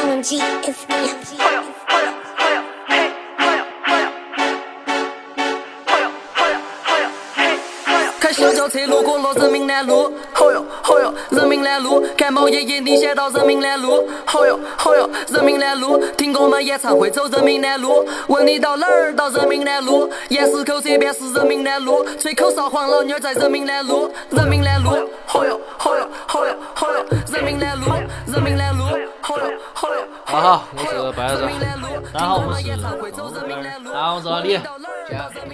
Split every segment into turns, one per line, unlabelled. OMG, it's me.
Khởi sự cho thế lúa của lúa dân mình là lúa Hồi ồ, hồi ồ, dân mình là lúa Cảm ơn yên yên đi xe đo dân mình là lúa Hồi ồ, hồi ồ, dân mình là lúa Thiên công mà yết sản hội châu dân mình là lúa Quân đi đào lỡ đào dân mình là lúa Yết sư khâu chế biết sư dân mình là lúa Chơi khâu sao hoàng lão nhớ giải dân mình là lúa Dân mình là lúa Hồi ồ, hồi ồ, hồi ồ, hồi ồ Dân mình là lúa, dân mình là lúa Hồi ồ, hồi ồ,
大家好，我是白子。
大家好，我们是
大家好，我是老李。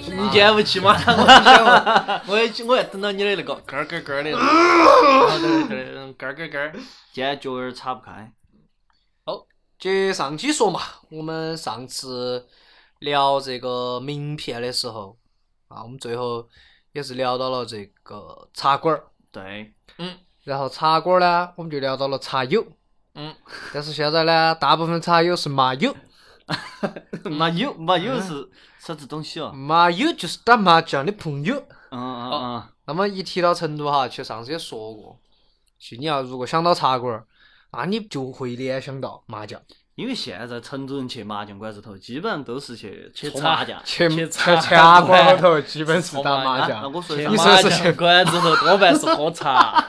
你
你接不起吗？ 我我也我也等到你的那
哦
个咯咯咯的，咯咯咯咯。
今天脚儿岔不开，
接上期说嘛，我们上次聊这个名片的时候啊，我们最后也是聊到了这个茶馆儿，
对，
然后茶馆儿呢，我们就聊到了茶友，
嗯，
但是现在呢，大部分茶友是麻友，
没有
嗯
没有是啥子东西哦？
麻友就是打麻将的朋友。
嗯嗯嗯，
那么一提到成都哈，其实上次也说过，其实你要如果想到茶馆儿，那你就会联想到麻将，
因为现在成都人去麻将馆子头，基本上都是 去
去
搓
查
麻将。
去
去
去
茶
茶
馆
馆
儿
儿头基本是打
麻
麻
啊
将
那。我说一下
去
你
麻
说
麻
是
将馆子头多半是喝茶，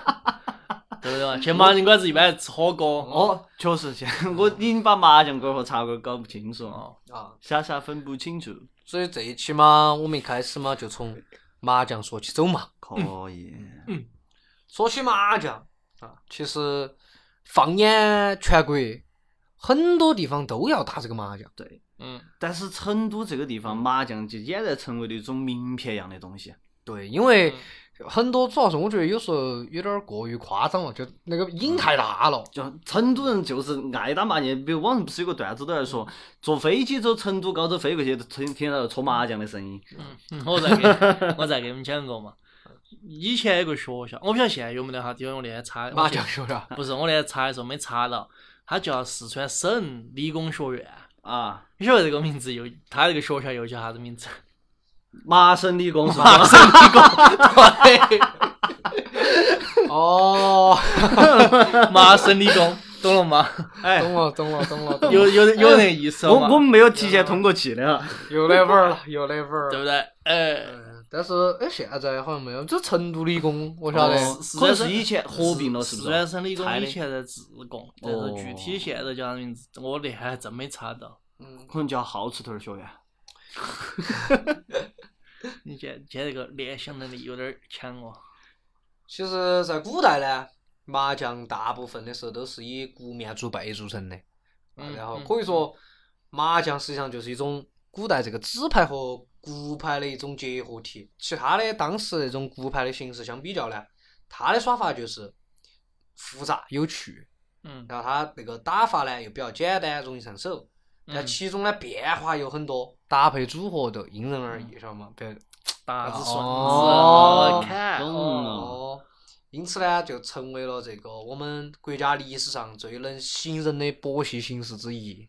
对不对？去麻将馆子一般吃火锅。
哦，确实，现在 我已经把麻将馆和茶馆搞不清楚了，
啊，
傻傻分不清楚。
所以这一期嘛，我们一开始嘛就从麻将说起走嘛。
可 以，
说起麻将啊，其实放眼全国，很多地方都要打这个麻将。
对。
嗯，
但是成都这个地方，麻将就俨然成为了一种名片一样的东西。
对，因为很多主要是我觉得有时候有点儿过于夸张了，就那个瘾太大了。
就成都人就是爱打麻将，比如网上不是有个段子都在说，坐飞机走成都高头飞过去，听听到搓麻将的声音。
嗯我再给我再给你们讲个嘛。以前有个学校，我不晓得现在有没得哈，因为我那天查
麻将学校，
不是我那天查的时候没查到，它叫四川省理工学院。
啊，
你晓得这个名字又，它这个学校又叫啥子名字？
麻省理工是吧？
哦，
麻省理工，懂了吗？
哎，
懂了，哦懂了，懂 了，懂了
有有有那意思了
我
吗？
我们没有提前通过气的啊。
有那味儿了，有那味儿
对
了。
不对？哎，
嗯但是哎，现在好像没有，就成都理工，我晓得。
哦
可能是以前合并了，是不
四川
是？
省理工
拆的
以前在自贡，但是具体现在叫啥名字，我那还真没查到。
嗯
可能叫好吃头儿学院。
你今今这个联想能力有点儿强哦。
其实，在古代呢，麻将大部分的时候都是以谷面煮被著称的，啊
嗯
然后
嗯
可以说，麻将实际上就是一种古代这个纸牌和骨牌的一种结合体。其他的当时那种骨牌的形式相比较呢，它的耍法就是复杂有趣，
嗯
然后它那个打法呢又比较简单，容易上手。
嗯
但其中呢变化有很多，搭配组合都因人而异，
嗯
晓得吗？比如
大子顺子，
哦
我看
懂
哦，
哦，因此呢，就成为了这个我们国家历史上最能吸人的博戏形式之一。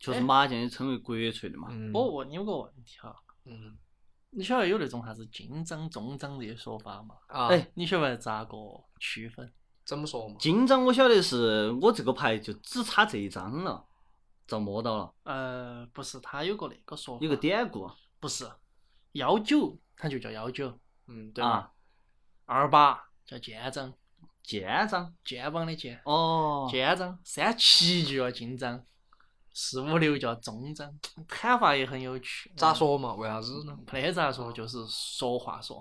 就是麻将也称为国粹的嘛。
嗯，
我问你们个问题哈，
嗯
你晓得有那种啥子金章、中章这些说法吗？
啊，
哎
你晓得咋个区分？
怎么说嘛？
今张我晓得是我这个牌就只差这一张了，遭摸到了，
呃，不是，他有个那个说法，
有个典故
不是幺九，它就叫幺九，
嗯，
对吧？
啊，
二八叫肩章，
奸章
肩膀的肩。
哦，
肩章，三七就叫金章，四五六叫中章，喊法也很有趣。
咋？说嘛？为啥子呢？
没得咋说，就是说话 说，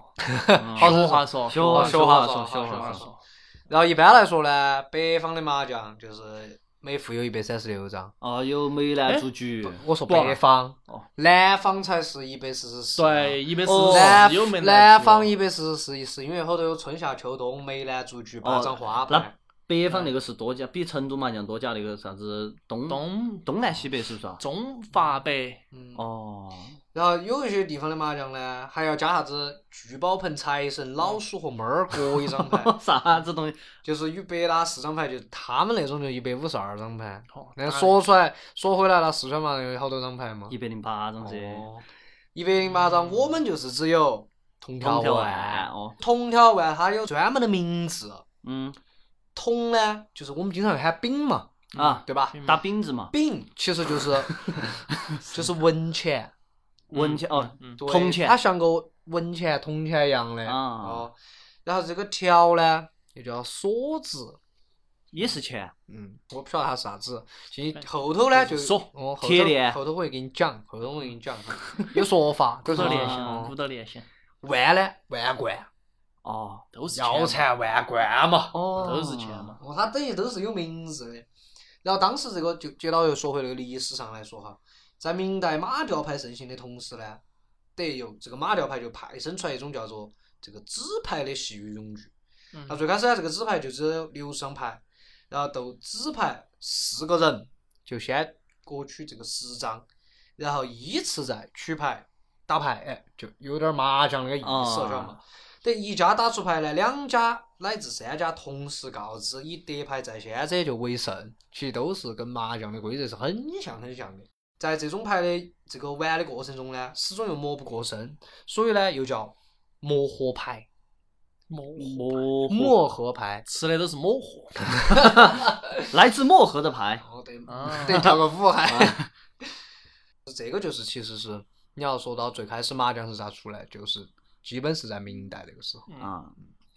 嗯
好
说话说，
学
话
话
说话
说，
说
学
学
话
话
说。
然后一般来说呢，北方的麻将就是每副有一百三十六张。
哦，有梅兰竹菊，
我说
不
北方
哦，
南方才是一百四十四。
对，一百四
哦。
十有没
南南方一
一
百四十四，是因为后头有春夏秋冬、梅兰竹菊八
哦
张花
那
牌。
北方那个是多加，比成都麻将多加那个啥子东
东
东南西北是不是啊？
中法北，
嗯
哦，
然后有一些地方的麻将呢，还要加啥子聚宝盆、财神、老鼠和猫儿各一 张牌，
啥子东西？
就是与百搭四张牌，就他们那种就一百五十二张牌。
哦
那
当然嗯
说出来说回来了，四川麻将有好多张牌嘛
一，百零八张噻，
哦一百零八张，我们就是只有铜条
铜条
万
万。哦，
铜条万它有专门的名字，
嗯，
铜呢就是我们经常喊饼嘛，
嗯
啊，
对吧？
打饼子嘛，
饼其实就是 就是文钱，
嗯
文钱哦，
对
铜钱
啊
它像个文钱、铜钱一样的
啊
哦。然后这个条呢，又叫锁子，
也是钱，
嗯，我不晓得它是啥子。其实后头呢，就是
锁
哦，后头
铁链
后头会给你讲，后头我给你讲，有说法，都
古德
是这
连
样
啊
线，古
哦
德连线，
万呢，万贯，
哦
都是
腰
钱，
缠万贯嘛。
哦，
都是钱嘛。
哦，它等于都是有名字的。然后当时这个就接到又说回那个历史上来说哈，在明代马吊牌盛行的同时呢，得有这个马吊牌就派生出来一种叫做这个纸牌的戏剧用具。
嗯
那最开始呢，这个纸牌就只有六十张牌，然后斗纸牌四个人就先各取这个十张，然后依次再取牌打牌，哎，就有点麻将那个意思，
哦
晓得嘛？等一家打出牌来，两家乃至三家同时告知，以得牌在先者就为胜，其实都是跟麻将的规则是很像很像的。在这种牌的这个玩的过程中呢，始终又磨不过身，所以呢又叫磨合牌、
磨合，
磨合牌。
吃的都是抹货。
来自漠河的牌，
哦，对，
啊
得跳个舞还。这个就是其实是你要说到最开始麻将是咋出来，就是基本是在明代那个时候。
嗯
啊，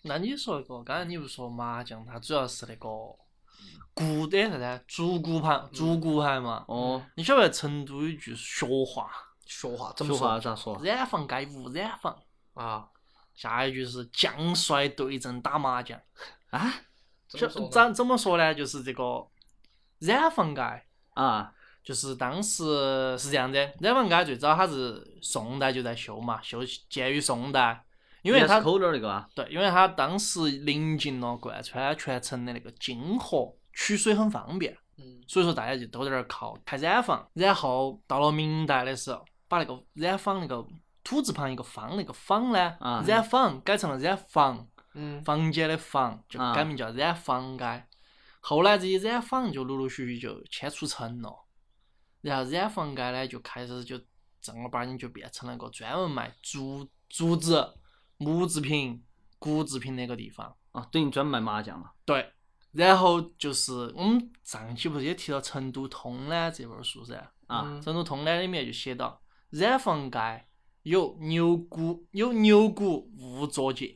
那你说一个，刚才你不是说麻将，它主要是那个骨的啥子啊竹骨
嗯
盘、竹骨牌嘛？
哦，
你晓不晓得成都有一句俗话，
学话怎么
说
说
话咋说？
染坊盖无染坊。
啊？
下一句是将帅对阵打麻将。
啊
这
怎么说呢
怎怎么说呢？就是这个染坊街，
啊，
就是当时是这样子，染坊街最早它是宋代就在修嘛，修建于宋代，因为
它
它
口那儿那个啊，
对，因为它当时临近了贯穿全城的那个泾河，取水很方便，
嗯
所以说大家就都在那儿靠开染坊。然后到了明代的时候，把那个染坊那个土字旁一个方那个坊呢
啊，
染坊改成了染房。
嗯，
房间的房就
啊
改名叫染坊街。后来这些染坊就陆陆续续就迁出城了，然后染坊街呢就开始就正儿八经就变成了个专门卖竹竹子、木制品、骨制品的一个地方。
啊，等于专门卖麻将了，
对，然后就是我们上期不是也提到《成都通》呢这本书噻，
啊
嗯
《成都通》呢里面就写到染坊街有牛骨有牛骨无作剑，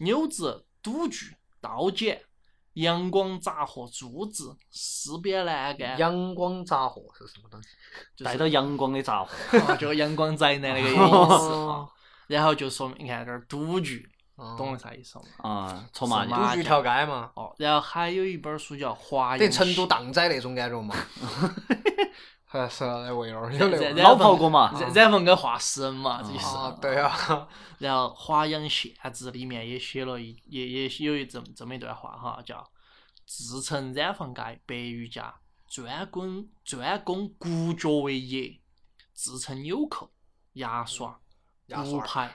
牛字赌具刀剑，阳光杂货竹子四边栏杆，
阳光杂货是什么东西？
带到阳光的杂货，
哦 就阳光宅男那个意
哦
思啊。然后就说明你看这儿赌具，
哦
懂了啥意思吗？
啊，搓麻
是
将
吗
赌局条街嘛，
哦，然后还有一本书叫《华
等于
阳
成
西
都荡仔那种感觉嘛。 还是来围绕有那
在
个
在
老炮哥嘛，啊
染染坊跟画诗人嘛，这就是。
啊，对啊，
然后《华阳县志》里面啊也写了一也也有一这么这么一段话哈，叫“自称染坊街白玉家，专攻专攻骨角为业，自称纽扣、牙刷、
嗯牙
骨
刷
牌、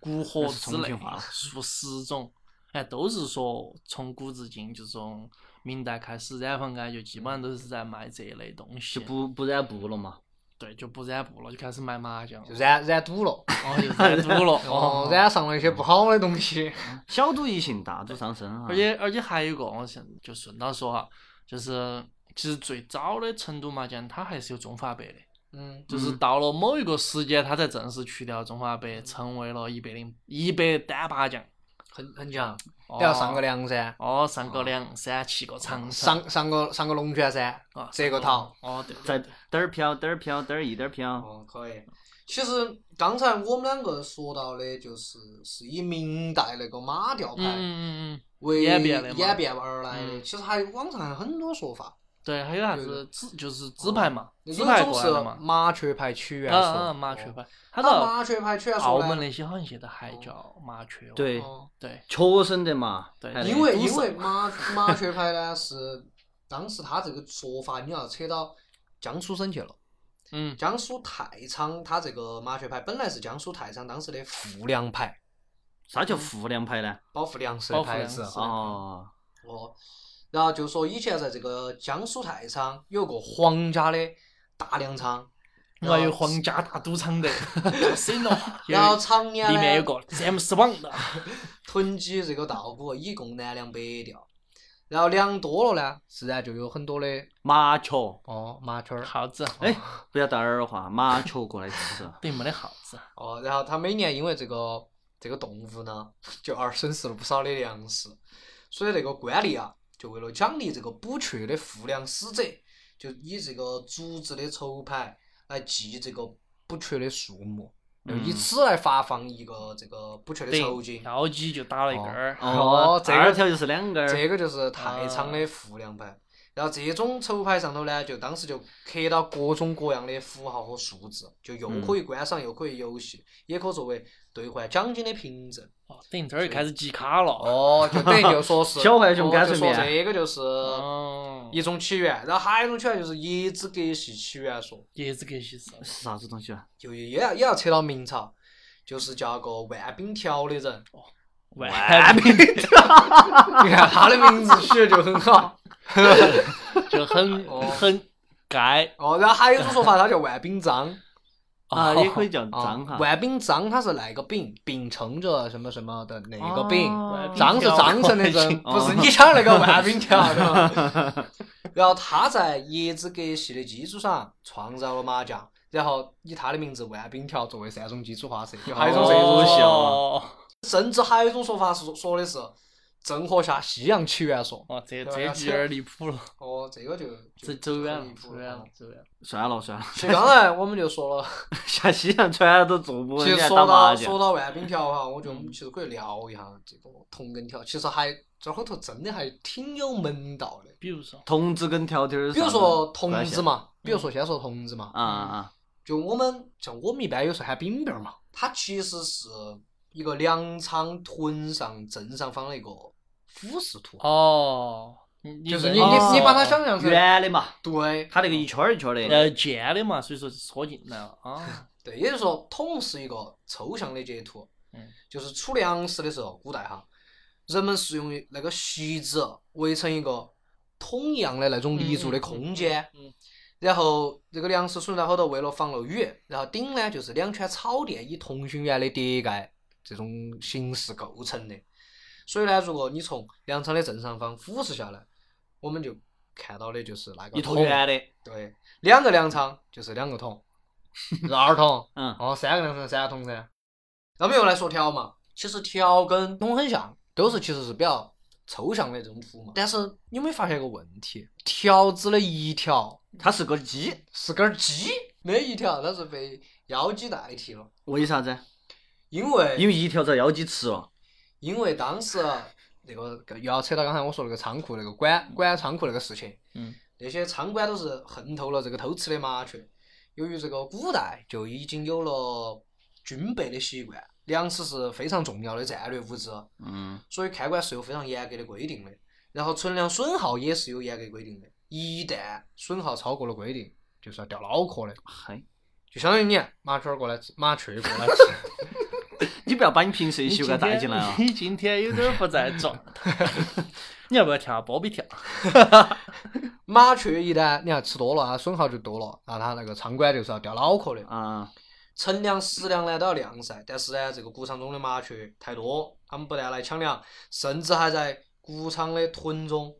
骨盒
那是
之
重
类
庆话
数十种。”哎，都是说从古至今，就从明代开始，染坊街就基本上都是在卖这一类东西
就，不不染布了嘛，
对，就不染布了，就开始卖麻将了
就，染染赌了，
哦，就染赌了，
哦，染上了一些不好的东西。
小赌怡情，大赌伤身啊，
而且而且还有一个，我想就顺道说哈，就是其实最早的成都麻将它还是有中华白的，
嗯
就是
嗯
到了某一个时间，它才正式去掉中华白，成为了一百零一百单八将。
很很强，
哦
嗯要上个梁噻，
哦，上个梁三七个长城
上上个上个龙泉噻
啊，，
折个桃。
哦对，
在嘚儿飘嘚儿飘嘚儿一嘚儿飘，
哦，可以。其实刚才我们两个说到的，就是是以明代那个马吊
嗯
牌
嗯嗯嗯，
为
演变的嘛
演变而来的。
嗯
其实还有网上还有很多说法，
对，还有啥
对
子纸就是纸牌嘛，
有
纸牌
种
过来
是
的嘛，
麻雀牌起源
啊啊
说，
麻雀
哦。
牌，它
那
到
麻雀牌起源
澳
说
门
呢？
那些好像现在还叫麻雀哦，
对，
哦
对，
学生的嘛，
对
还得
因为
赌
因 为嗯
圣
麻麻雀牌呢是当时他这个说法，你要扯到江苏省去了。
嗯
江苏太仓，它这个麻雀牌本来是江苏太仓当时的富粮牌，
啥叫复粮牌呢？
保护粮食的
保护
牌
粮
子。
食
哦，
哦，然后就说以前在这个江苏太仓有个皇家的大粮仓，
我有皇家大赌场 的，神 了。
然后常年
里面有
呢
个詹姆斯王的，
囤积这个稻谷，以供南粮北调。然后量多了呢，自然就有很多的
麻球，
哦麻圈儿，
耗子，
哎，不要带儿化，麻球过来吃。啊
对，没得耗子，
哦，然后它每年因为这个这个动物呢， 就而损失了不少的粮食，所以那个官吏啊，就为了奖励这个补缺的赋粮使者，就以这个竹子的筹牌来记这个补缺的数目，就以
嗯
此来发放一个这个补缺的
对
酬，金。
腰肌就打了一根儿，
哦这个
二条就是两根儿。
这个就是太仓的副粮牌。然后这种筹牌上头呢，就当时就刻到各种各样的符号和数字，就又可以观赏，又可以游戏，也可作为兑换奖金的凭证。
哦等于这儿又开始集卡了，
哦，就等于就说 是
小浣熊
哦
干
就
脆
说
面
这个就是
哦，
一种起源，然后还有一种起源就是椰子格系起源说，
椰子格西是，
是啥子东西啊？
就也要也要扯到明朝，就是叫个万饼条的人，
万民
你看他的名字取的就很好。
就很
哦
很该
哦，然后还有一种说法，他叫万饼张。哦
啊，也可以
以
叫 张哈。
万饼张它是那个饼，秉承着什么什么的那个饼，
哦
张是章程的 章，不是你想那个万饼条的。然后他在椰子格系的基础上创造了麻将，然后以他的名字万饼条作为三种基础花色，就还有一种这种
哦
东西，
哦，
甚至还有一种说法是说说的是郑和下西洋起源说。
哦，这
对
这
啊
集有点离谱了，
哦，这个就
这
就
走
就
远
很
了
离，谱
走远了，走远了。
算了算了，
其实刚才我们就说了，
下西洋船都坐不稳，
其
你
实
还
说
打麻
到
将嗯
说。到万饼条哈，我觉得我们其实可以聊一下这个同根条，其实还这后头真的还挺有门道的。
比如说，
童子跟条条儿上
比
的
如说童
关系
子嘛，比如说先说童子嘛，
啊啊
就我们像我们一般有时候喊饼饼儿嘛，它其实是一个粮仓屯上正上方的一个俯视图，
哦，
就是
人
你
哦
你你把它想象成
圆的嘛，
对
它那个一圈儿一圈儿的。
呃尖的嘛，所以说是缩进来了 啊，
对，也就是说桶是一个抽象的截图，
嗯
就是储粮食的时候，古代哈，人们是用那个席子围成一个桶一样的那种立柱的空间，
嗯嗯嗯嗯
然后这个粮食储存在后头，为了防漏雨，然后顶呢就是两圈草垫以同心圆的叠盖这种形式构成的。所以呢，如果你从粮仓的正上方俯视下来，我们就看到的就是那个
一坨
桶
圆的，
对，两个粮仓就是两个 桶，是二桶，
嗯
哦，三个粮仓三个桶噻。然后我们又来说条嘛，其实条跟桶很像，都是其实是比较抽象的这种图嘛。但是你有没有发现一个问题？条子的一条
它是个鸡，
是根儿鸡，那一条它是被妖姬代替了，
为啥子？
因为
因为一条遭妖姬吃哦了。
因为当时那个又要扯到刚才我说那个仓库那个管管仓库那个事情，
嗯，
那些仓管都是恨透了这个偷吃的麻雀。由于这个古代就已经有了军备的习惯，粮食是非常重要的战略物资，
嗯，
所以开馆是有非常严格的规定的。然后存粮损耗也是有严格规定的，一旦损耗超过了规定，就是要掉脑壳的，
嘿，
就相当于你麻雀儿过来吃，麻雀儿过来吃。
你不要把你平时的习惯带进来啊！
你今天 有点不在状态，你要不要跳波比跳？
麻雀一旦你看吃多了，它损耗就多了，那它那个仓管就是要掉脑壳的。
啊，
存粮食粮呢都要晾晒，但是呢，这个谷场中的麻雀太多，它们不但来抢粮，甚至还在谷场的屯中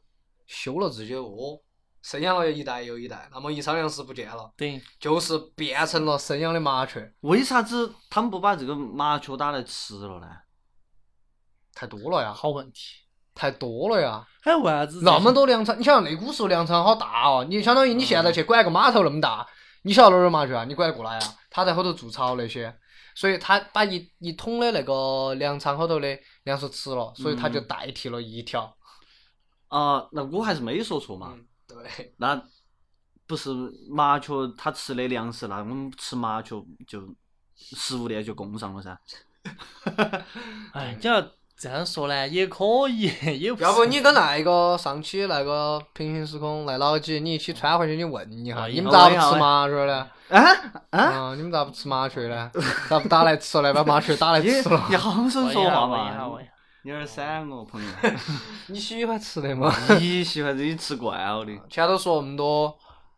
修了自己的窝，生养了一代又一代。那么一仓粮食不见了，
对，
就是变成了生养的麻雀，
为啥子他们不把这个麻雀打来吃了呢？
太多了呀，
好问题。
太多了呀，
哎，为啥子这些
那么？多粮仓，你想那古时候粮仓好大哦，你相当于你现在去管一个码头那么大，你晓得哪儿有麻雀啊？你管得过来啊？他在后头筑巢那些，所以他把一一桶的那个粮仓后头的粮食吃了，所以他就
嗯
代替了一条。
啊，那我还是没说错嘛。
嗯对，
那不是麻雀它吃的粮食，那我们吃麻雀就食物链就供上了噻。
哎，你要这样说呢，也可以， 也
要不
是
你跟那一个上期那个平行时空那老几，你一起穿回去，你问一下，
哎
你们咋
好
不
哎好
吃
哎
麻雀 呢？
啊啊！
啊，你们咋不吃麻雀呢？咋不打来吃了？把麻雀 打来
你
吃了？
你好好生说话
问一下问
嘛
一下问一下！
你有点闪我朋友，
你喜欢吃的吗？
你喜欢自己吃惯 了的。
前头说那么多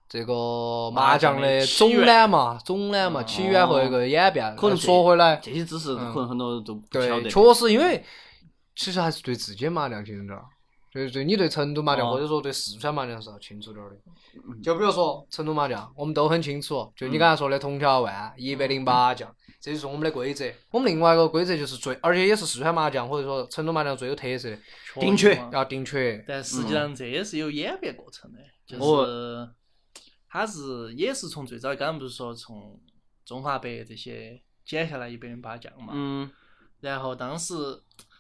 这个麻
麻
将
将
的
的
总
起源
览嘛，总览嘛，
嗯
起源和一个演变。
哦可能
说回来，
这些知识可能很多人都不晓
对，
得。
确实因为其实还是对自己的麻将竞争，对对，你对成都麻将
哦嗯
或者说对四川麻将是要清楚点儿的。就比如说成都麻将，我们都很清楚，就你刚才说的铜条万一百零八将，这就是我们的规则。我们另外一个规则就是最，而且也是四川麻将或者说成都麻将最有特色的，
的确
嘛
要定缺。
但实际上这也是有演变过程的，就
我
是它是也是从最早刚刚不是说从中华北这些减下来一百零八将嘛，
嗯，
然后当时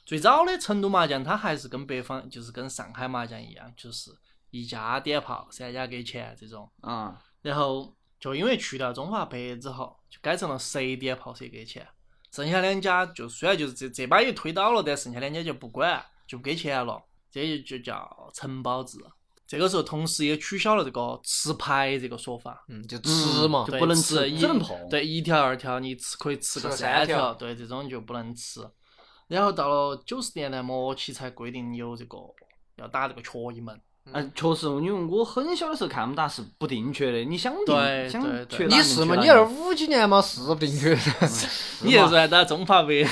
最早的成都麻将，它还是跟北方就是跟上海麻将一样，就是一家点炮，三家给钱这种。
啊，
然后就因为去掉中华北之后，就改成了谁点炮谁给钱，剩下两家就虽然就是这这把也推倒了，但剩下两家就不管，就不给钱了，这就就叫承包制。这个时候，同时也取消了这个吃牌这个说法，
嗯，就吃嘛
就，
对
不能
吃
吃
一，
只能碰
对，一条二条你吃可以吃个
吃个
三
三
条，
条
对，这种就不能吃。然后到了九十年代末期才规定有这个要打这个缺一门，
哎，确实，因为我很小的时候看我们打是不定缺的，你想
对
定想
对对
缺哪
你
能
是
缺
嘛？
哪
你
能
那五几年嘛是不定缺。
你就是在打中华 杯，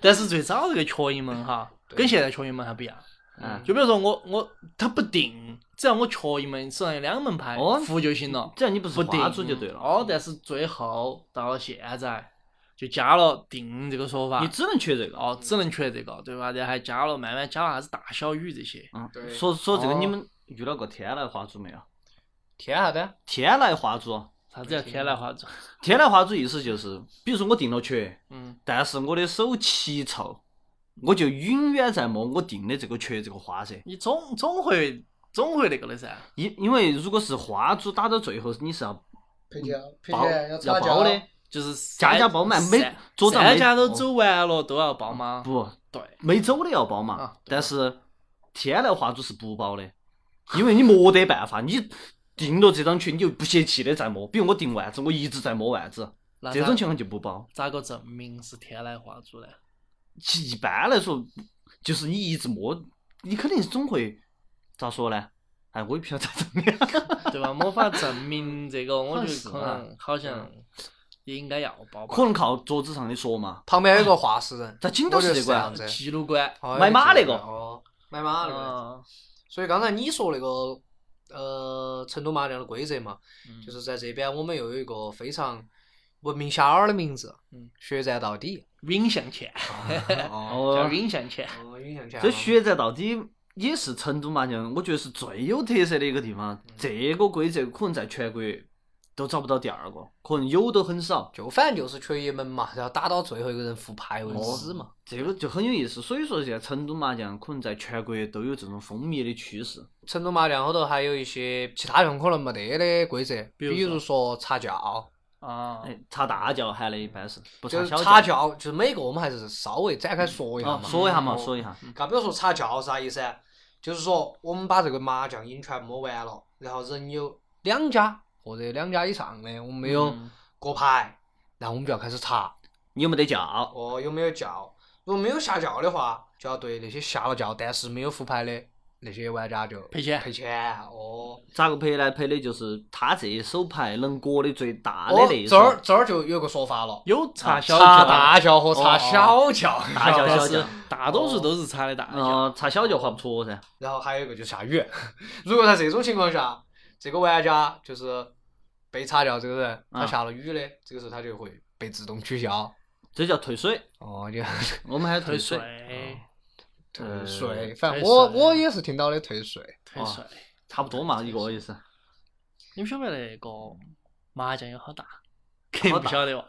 但是最早这个缺一门哈，跟现在缺一门还不一样。
嗯
就比如说我我他不定，只要我缺一门，手上有两门牌
哦
服就行了，
只要你不是
不定
花主就对了。
哦，但是最后到了现在，就加了定这个说法
你，只能缺这个。
哦，只能缺这个，对吧？然后还加了慢慢加了啥子大小雨这些，
嗯
对，
说说这个，
哦
你们遇到过天籁花主没有？
天啥子？
天籁花主，
啥子叫天籁花烛，
天籁花主意思就是，比如说我定了缺，
嗯，
但是我的手奇臭，我就永远在摸我定的这个缺这个花噻。
你总总会总会那个的噻，
因因为如果是花主打到最后，你是要嗯
赔钱，赔
包要包的，
就是
家
三
家包满，每
三
桌长
三
每
家都
哦
走完了都要包吗？
不，
对，
没走的要包嘛。
啊对
但是天籁花主是不包的，因为你没得办法，你定了这张缺，你就不泄气的在摸。比如我定万子，我一直在摸万子，
那
这
咋
种情况就不包。
咋个证明是天籁花烛呢？
其一般来说，就是你一直摸，你肯定是总会咋说呢？哎，我也不晓得咋整的。
对吧？ 没法证明这个，我
好
觉
像是
得可
啊
能好像也应该要包吧
可。能靠桌子上的说嘛，
旁边有个画室人，
在锦都
我觉得
这
是
个
这
啊
样子
记录官，
哦
买马那个
哦，买马那个。
啊，
所以刚才你说那个呃成都麻将的规则嘛，
嗯
就是在这边我们又有一个非常闻名遐迩的名字
嗯，
血战到底。
云向前，叫
哦，
云向前。
哦，印象
这血战到底也是成都麻将，我觉得是最有特色的一个地
嗯
方。这个规则可能在全国都找不到第二个，可能有都很少。
就反正就是缺一门嘛，然后打到最后一个人复牌为止嘛。
这个就很有意思，所以说现在成都麻将可能在全国都有这种风靡的趋势。
成都麻将后头还有一些其他地方可能没得的规则，
比如
比如说查教，
啊，
哎，查大轿喊的一般是不
就
查
是
小
查教，就是每个我们还是稍微展开说一下
哦，
嘛。
说一下嘛，
哦
说一下。
刚比如说查教啥意思啊？就是说我们把这个麻将瘾全摸完了，然后人有两家或者两家以上的，我们没有
嗯
过牌，然后我们就要开始查
你有没得叫？
哦有没有叫。如果没有下教的话，就要对那些下了教但是没有复牌的那些玩家就
赔钱
赔钱哦。
咋个赔呢？赔的就是他这一手牌能过的最大的
哦
啊那一
这
手。
儿这儿就有个说法了，
有查小
查
轿
大教和查小教，
哦大轿
但
小
是
轿
大多数都是查的大轿。
呃，查小轿划不着噻。
然后还有一个就是下雨。 如果在这种情况下，这个玩家就是被查掉这个人，他
嗯
下了雨的，这个时候他就会被自动取消。
这叫退水，
哦，就
我们还有
退
水
税，，
退
呃
税，反正
退
我
税
我也是听到的退税。
退税。
差不多嘛，一个意思。
你们晓不晓得那个麻将有好大？肯定不晓得哇。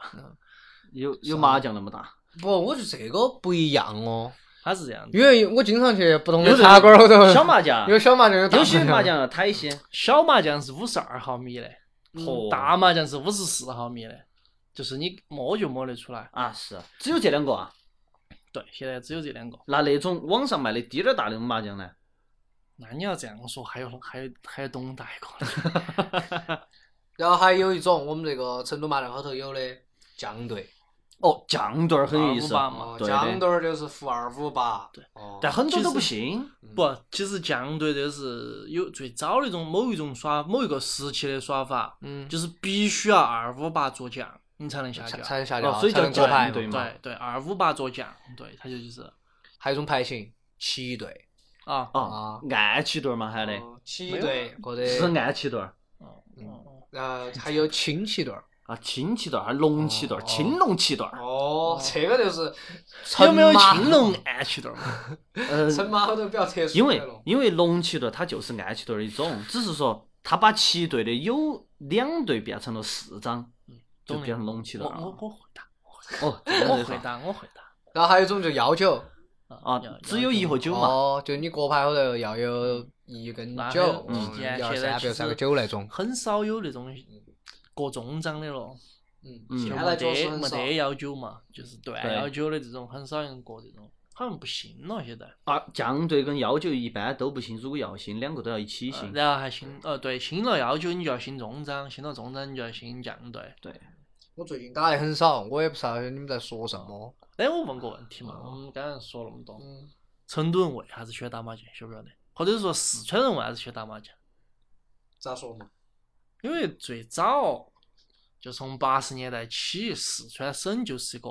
有有麻将那么大，
不，我觉得这个不一样哦，
它是这样子，
因为我经常去不同
有
的
这
茶馆后头，
小麻将，
有小麻将，有啊大
有些麻，将台些，啊
小麻将是五十二毫米的，
嚯
嗯大麻将是五十四毫米的，就是你摸就摸得出来。
啊是，只有这两个啊。
对，现在只有这两个。
那那种网上卖的滴点儿大那种麻将呢？
那你要这样说，还有还有还有东大一 个呢，
然后还有一种我们这个成都麻将后头有的将队，
哦，酱段儿很有意思
八五八嘛
哦，
啊对
将
的。
队儿就是负二五八，对，哦，
但很多都不行，
不，其实酱对这是有最早的一种某一种耍某一个时期的耍法，
嗯，
就是必须要二五八做酱，你才能下
才
酱。
才能下掉，
哦所以
才
叫
能过牌
将队
嘛
嘛
对对，二五八做酱，对，它就就是
还有一种牌型七队，
啊，
啊，暗棋对儿嘛，还得
嗯七对或者
是暗棋对儿
呃还有亲戚对儿。
啊，青棋对儿还是龙棋对儿，青龙棋对儿，
哦，这个就是
有没有
陈妈
青 龙暗棋对儿嘛？
呃，
陈麻都比较特殊
因
那
为
种
因为龙棋队它就是暗棋队的一种，只是说它把棋队的有两队变成了四张，就
嗯懂了
变成龙棋队
我
了啊。
我我回答，
哦，
我
我
回答，我回答
然后还有一种就药酒，
啊，只有一和九嘛。
哦，就你国牌后头要有一根
那还
酒
有，之间
嗯要
现在
三
其
比
实
三个酒那种。
很少有那种过中章的咯，
嗯，
嗯
就
现
没
在就是
得
很
没
少。
得幺九嘛，就是断
对
幺九的这种很少人过这种，好像不行了现在。
啊，将队跟幺九一般都不行，如果要行，两个都要一起
呃
行。
然后还新呃对，新了幺九你就要新中章，新了中章你就要新将队。
对，
我最近打得很少，我也不晓得你们在说什么。
哎，我问个问题
哦
嘛，我们刚才说了那么多，
嗯
成都人为啥子喜欢打麻将，晓不晓得？或者是说四川人为啥子喜欢打麻将？
咋说嘛？
因为最早就从八十年代起，四川省就是一个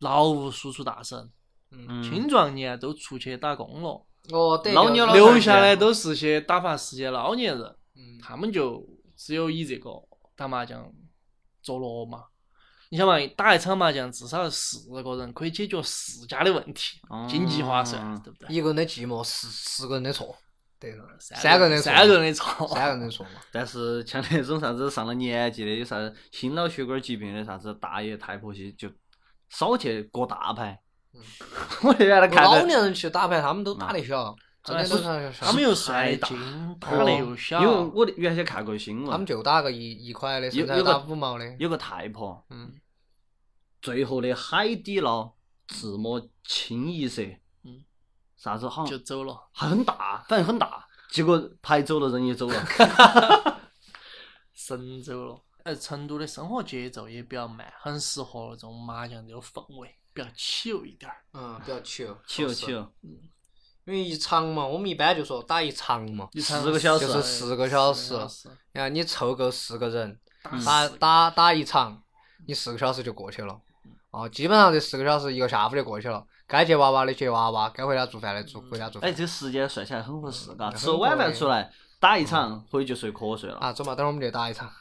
劳务输出大省，
嗯
青壮年都出去打工了，
哦，对，
老妞
牛
老
牛，
留下来都是些打发时间老年人，
嗯
他们就只有以这个打麻将着落嘛。你想嘛，打一场麻将至少四个人可以解决四家的问题，经济划算
哦，
对不对？
一个人的寂寞，十十个人的错，对了，
三
三个人的错，
三个人的错，
三个人的错嘛。
但是像那种啥子上了年纪的，有啥子心脑血管疾病的，啥子大爷太婆些，就少去过大牌。
嗯
我原来看哦
老
到
年人去打牌，他们都打得小，真的都
哎
打得小。
他们又帅
大
精，打得又小，
因为我原先看过新闻，
他们就打个一一块的，
有
甚至还
有个
打五毛的。
有个太婆，
嗯，
最后的海底捞自摸清一色，
嗯，
啥子好
就
像
走了。
还很大，反正很大，结果牌走了，人也走了，
神州了。呃，成都的生活节奏也比较慢，很适合那种麻将这种氛围，比较起油一点儿。
嗯，比较糗，
起哦
说实
起哦，
因为一场嘛，我们一般就说打一场嘛，
一场
四个小时
就是四个小时
四个小时，
然后你凑够四个人，
打
打
四个
打打一场，你四个小时就过去了。哦，基本上这四个小时一个下午就过去了，该接娃娃的接娃娃，该回家做饭的做回家做
哎，
饭。
这个时间算起来很合适，嘎，
嗯
吃了晚饭出来打一场，回去就睡瞌睡 了。
啊，走嘛，等会儿我们就打一场。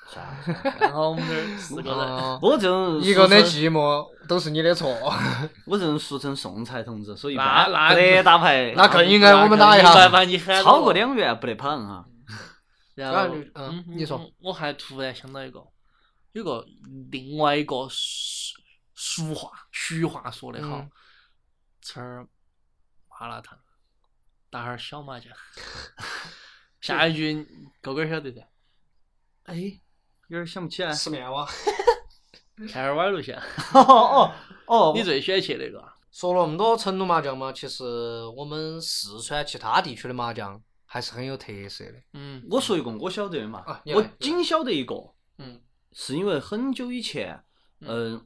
然后我们这儿四个人，
哦
我这种
一个人的
俗称
寂寞都是你的错，
我这种俗称送菜同志，所以一
那
般
那
不得打牌，
那更应该我们打一
那肯定
下
要。把你喊到
超过。两元不得啊碰哈。
然后
主要就，嗯
嗯，
你说，
我还突然想到一个，有个另外一个俗俗话，俗话说得好
嗯，
吃儿麻辣烫，打哈儿小麻 将。下一句狗狗儿晓得噻。
哎，有点想不起来。
吃面哇！
开尔瓦路 线，
哦哦哦，
你最喜欢去那个？啊
说了那么多成都麻将嘛，其实我们四川其他地区的麻将还是很有特色的。
嗯
我说一个我晓得的嘛，
啊你来
我仅晓得一个，
嗯
是因为很久以前，嗯、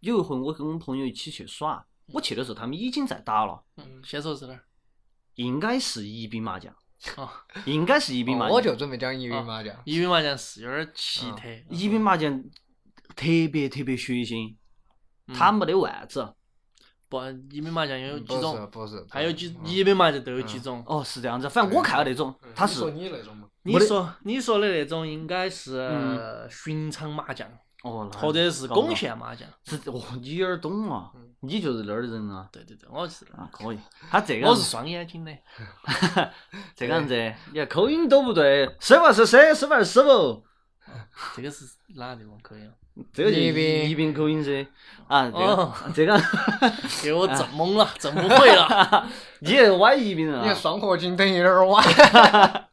有一回我跟我朋友一起去耍，
嗯
我去的时候他们已经在打了，
嗯，先说是哪儿？
应该是宜宾麻将，
哦，
应该是宜宾麻
哦
将。
我就准备讲宜
啊
宾麻将。
宜宾麻将是有点儿奇
嗯
特。
宜宾麻将特别特别血腥，
嗯
他没得腕子。
不，宜宾麻将有几
不是
种？
不是，嗯
还有几宜宾麻将都有几种？
哦，是这样子，反正我看到那种，他是
你那种嘛？
你
我的
说你说的那种应该是
嗯
寻常麻将，
哦，
嗯
那
或者是
搞
巩
不
县麻将。
是哦，你有点懂啊，
嗯
你就是那儿的人啊。
对对对，我是
啊， 可以，他这个
我是双眼睛的。
这个样子，你看口音都不对，师傅是谁？师傅是师傅，
这个是哪个地方可 以啊？
这个就
宜
是
宾
宜宾口音噻。啊，这个
哦
这个，
给我整懵
哎
了，整不会了，
你也是歪宜宾人
你看
啊？
双合金等于有点 晚。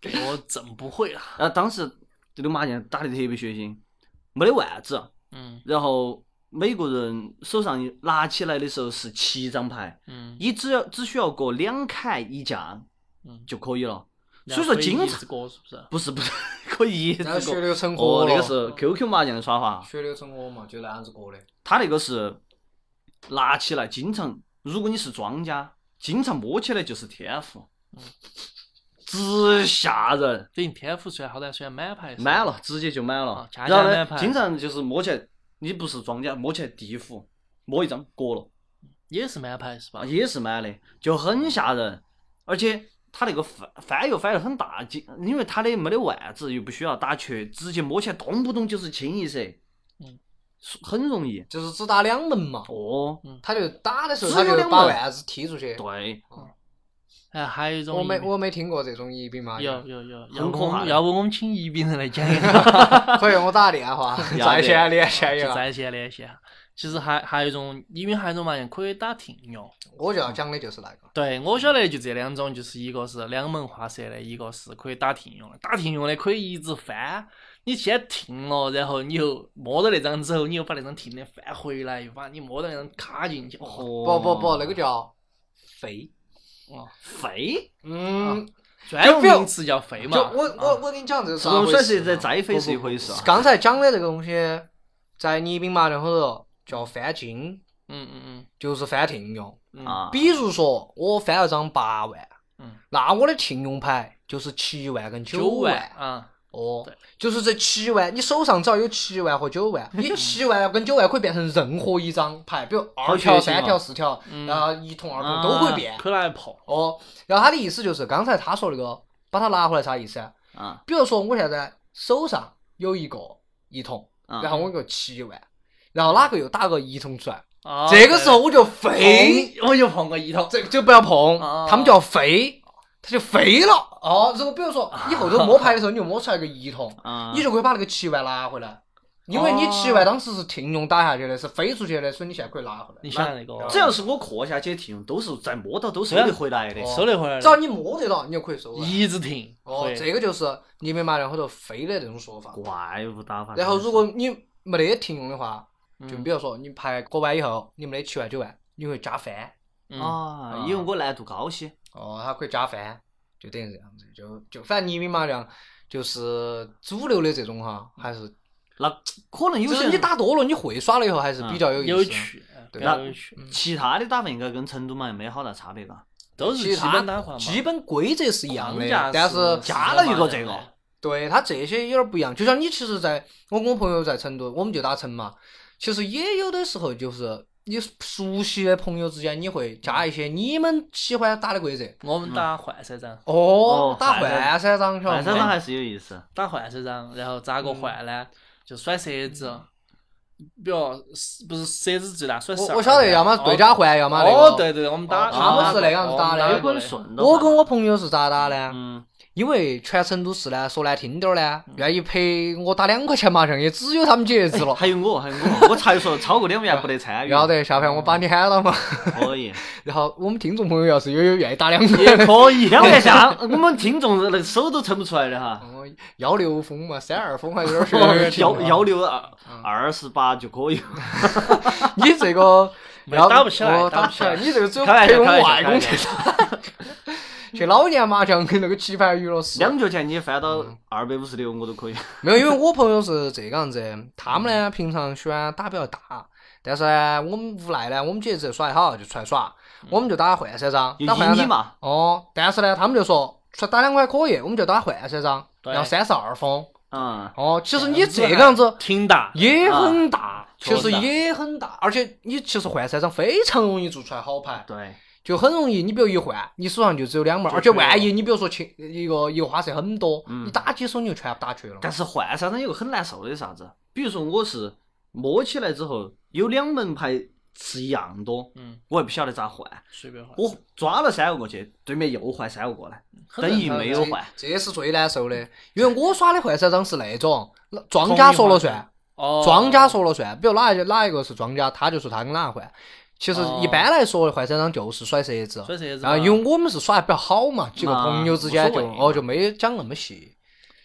给我整不会了。
啊，当时这个麻将打得特别血腥，没得腕子，
嗯
然后每个人手上拿起来的时候是七张牌，
嗯
你只要只需要过两砍一架
嗯，
就可以了。所以说经常
过是不是？
不是不 是可以一直
然后血
过。
流成河
哦，
了
那个是 QQ 麻将的耍法。
血流成河嘛，就那样子过的。
他那个是拿起来，经常如果你是庄家，经常摸起来就是天赋，直吓人，
等于天府虽然好歹虽然满牌，
满了直接就满了
啊。家家
然后
满
呢，
牌
经常就是摸起来，你不是庄家，摸起来地府，摸一张过了
也是满牌是吧
哎啊，？也是满的，就很吓人。而且它那个翻翻又翻得很大，就因为它的没得腕子，又不需要打球，直接摸起来动不动就是清一色，
嗯，
很容易。
就是只打两门嘛，
哦，
嗯
他就打的时候
只
他
有
就
两
把
门
腕子踢出去。
对，
哎，还有一种
我没
宜宾
我没听过这种宜宾麻将
有，有有，要
很
不
可
我
怕
们
的
要不我们请宜宾人来讲一 下，
可以我打个电话
要
在
得
线连线一
啊
就
下。
在线连线。其实还还有一种，宜宾还有一种麻将可以打停用。
我就要讲的就是那个，
对，我晓得就这两种，就是一个是两门花色的，一个是可以打停用的。打停用的可以一直翻，你先停了，然后你又摸到那张之后，你又把那张停的翻回来，又把你摸到那张卡进去。哦，
不
不不不，那个
哦
叫飞。
飞，
嗯，
专有
就比如
名词叫飞嘛。
就我
啊
我我跟你讲这个
这
啥
种
回
算
事
是在
嘛
再飞是一回事啊。
刚才讲的这个东西，在宜宾麻将后头叫翻金，
嗯嗯嗯
就是翻停用。
嗯
啊，
比如说我翻了张八万，
嗯，
那我的停用牌就是七万跟
九
万。
啊，
哦
对，
就是这七万，你手上只要有七万和九万，你七万跟九万可以变成任何一张牌，比如二条、
血腥
三
啊
条、四条，
嗯
然后一筒、二筒都会变
啊。可来碰。
哦，然后他的意思就是刚才他说那个把它拿回来啥意思啊？
啊，
比如说我现在手上有一个一筒，
嗯
然后我有个七万，然后哪个又打个一筒出来，
啊
这个时候我就飞，
碰我就碰过一头。
这个就不要碰
哦，
他们叫飞，它就飞了。哦，如果比如说你后头摸牌的时候，你就摸出来个一筒，
啊，
你就可以把那个七万拿回来，因为你七万当时是停用打下去的，是飞出去的，所以你现在可以拿回来
你。想那个，
只要
嗯
是我磕下去停，都是再摸到都是
对啊
有得回来的。
哦
收得回来
只要
的，
你摸得到，你就可以收回来。
一直停。
哦
会，
这个就是你明白然后头飞的这种说法。
怪物打法。
然后如果你没得停用的话，就
嗯
比如说你牌过完以后，你没得七万九万，你会加翻。
嗯
啊，因为我难度高些，
哦，它可以加翻，就等于这样子，就就反正移民麻将就是主流的这种哈，还
嗯
是
那可能有
就
些
是
人
你打多了，你会耍了以后还是比较有意思。
有趣，嗯比
对
较有趣，
其他的打法应该跟成都嘛也没好大差别嘎。
都是
其
基本
他
打法嘛。
基本规则是一样的
框架，
但是
加了一个这个
对它这些有点不一样。就像你其实在，我跟我朋友在成都，我们就打成嘛，其实也有的时候就是。你熟悉的朋友之间，你会加一些你们喜欢打的规则。
我们打换色章，
哦
哦，
打换
换三
三张，晓
反
得
正
吗
它？哎还是有意思。
打换色章，然后咋个
嗯
换呢？就甩色子，比如是不是色子最大甩十二
我
个。
我晓得，要么对家换，要么那
哦，
个
对对，我们打
哦他们是那样子打的
我们
有
有
过
可能顺到。
我跟我朋友是咋打呢？
嗯，
因为全成都市呢，说难听点儿呢，愿意陪我打两块钱麻将，也只有他们几爷子了。
还有我，还有我，我才说超过两元不得参与。
要得，下
嗯
盘我把你喊了嘛。
可以，
然后我们听众朋友要是有有愿意打两块
也
的，
可 以。两元下，我们听众那个手都撑不出来的哈。
哦幺六风嘛，三二风还有点悬。
哦 幺幺，六二
嗯
二十八就可以。
你这个
没
要
打不起来
哦
打
打
不起
来，
来
你这个只有
开玩笑
陪我
开玩笑
外公
开
去
玩
打。去老年麻将跟那个棋牌娱乐室，
两角钱你翻到二百五十六我都可以。
没有，因为我朋友是这个样子，他们呢平常喜欢打比较大，但是呢我们无奈呢，我们几爷子耍得好就出来耍，我们就打换三张，
有
打换
一
三
米嘛，
哦，但是呢他们就说出来打两块可以，我们就打换三张，
对
要三十二封。
嗯，
哦，其实你这个样子
挺大，
也很大，其
确
实啊
实大
也很大，而且你其实换三张非常容易做出来好牌，
对，
就很容易，你比如一换，你手上就只有嗯两枚，而且万一你比如说清一个一个花色很多，你打几手你就全部打缺了。
但是换三张有个很难受的啥子？比如说我是摸起来之后有两门牌是一样多，
嗯，
我也不晓得咋换，
随便换。
我抓了三个过去，对面又换三个过来，
很
等于
正常
没
的
有换。
这是最难受的，因为我耍的换三张是那种庄家说了算，
哦，
庄家说了算。比如哪一哪一个是庄家，他就说他跟哪个换。其实
哦
一般来说，换三张就是甩色子。
甩色子
然
嘛
后因为我们是耍的比较好嘛，几个
啊
朋友之间
无
就
所谓
哦就没讲那么细。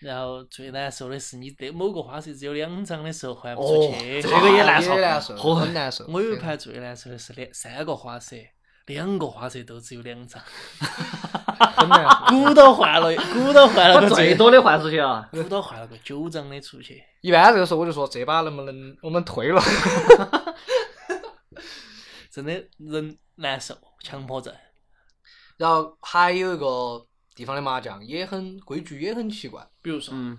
然后最难受的是，你得某个花色只有两张的时候还不
哦
出去。
这个也难受
啊也难 受，
嚯
很难受。
我有一盘最难受的是两三个花色，两个花色都只有两 张，
很难 受，
鼓都换了，鼓都换了
我
个
最多的换出去啊，
鼓都换了个九张的出去。
一般这个时候我就说这把能不能我们退 了？
真的人难受，强迫症。
然后还有一个地方的麻将也很规矩，也很奇怪，
比如说，
嗯，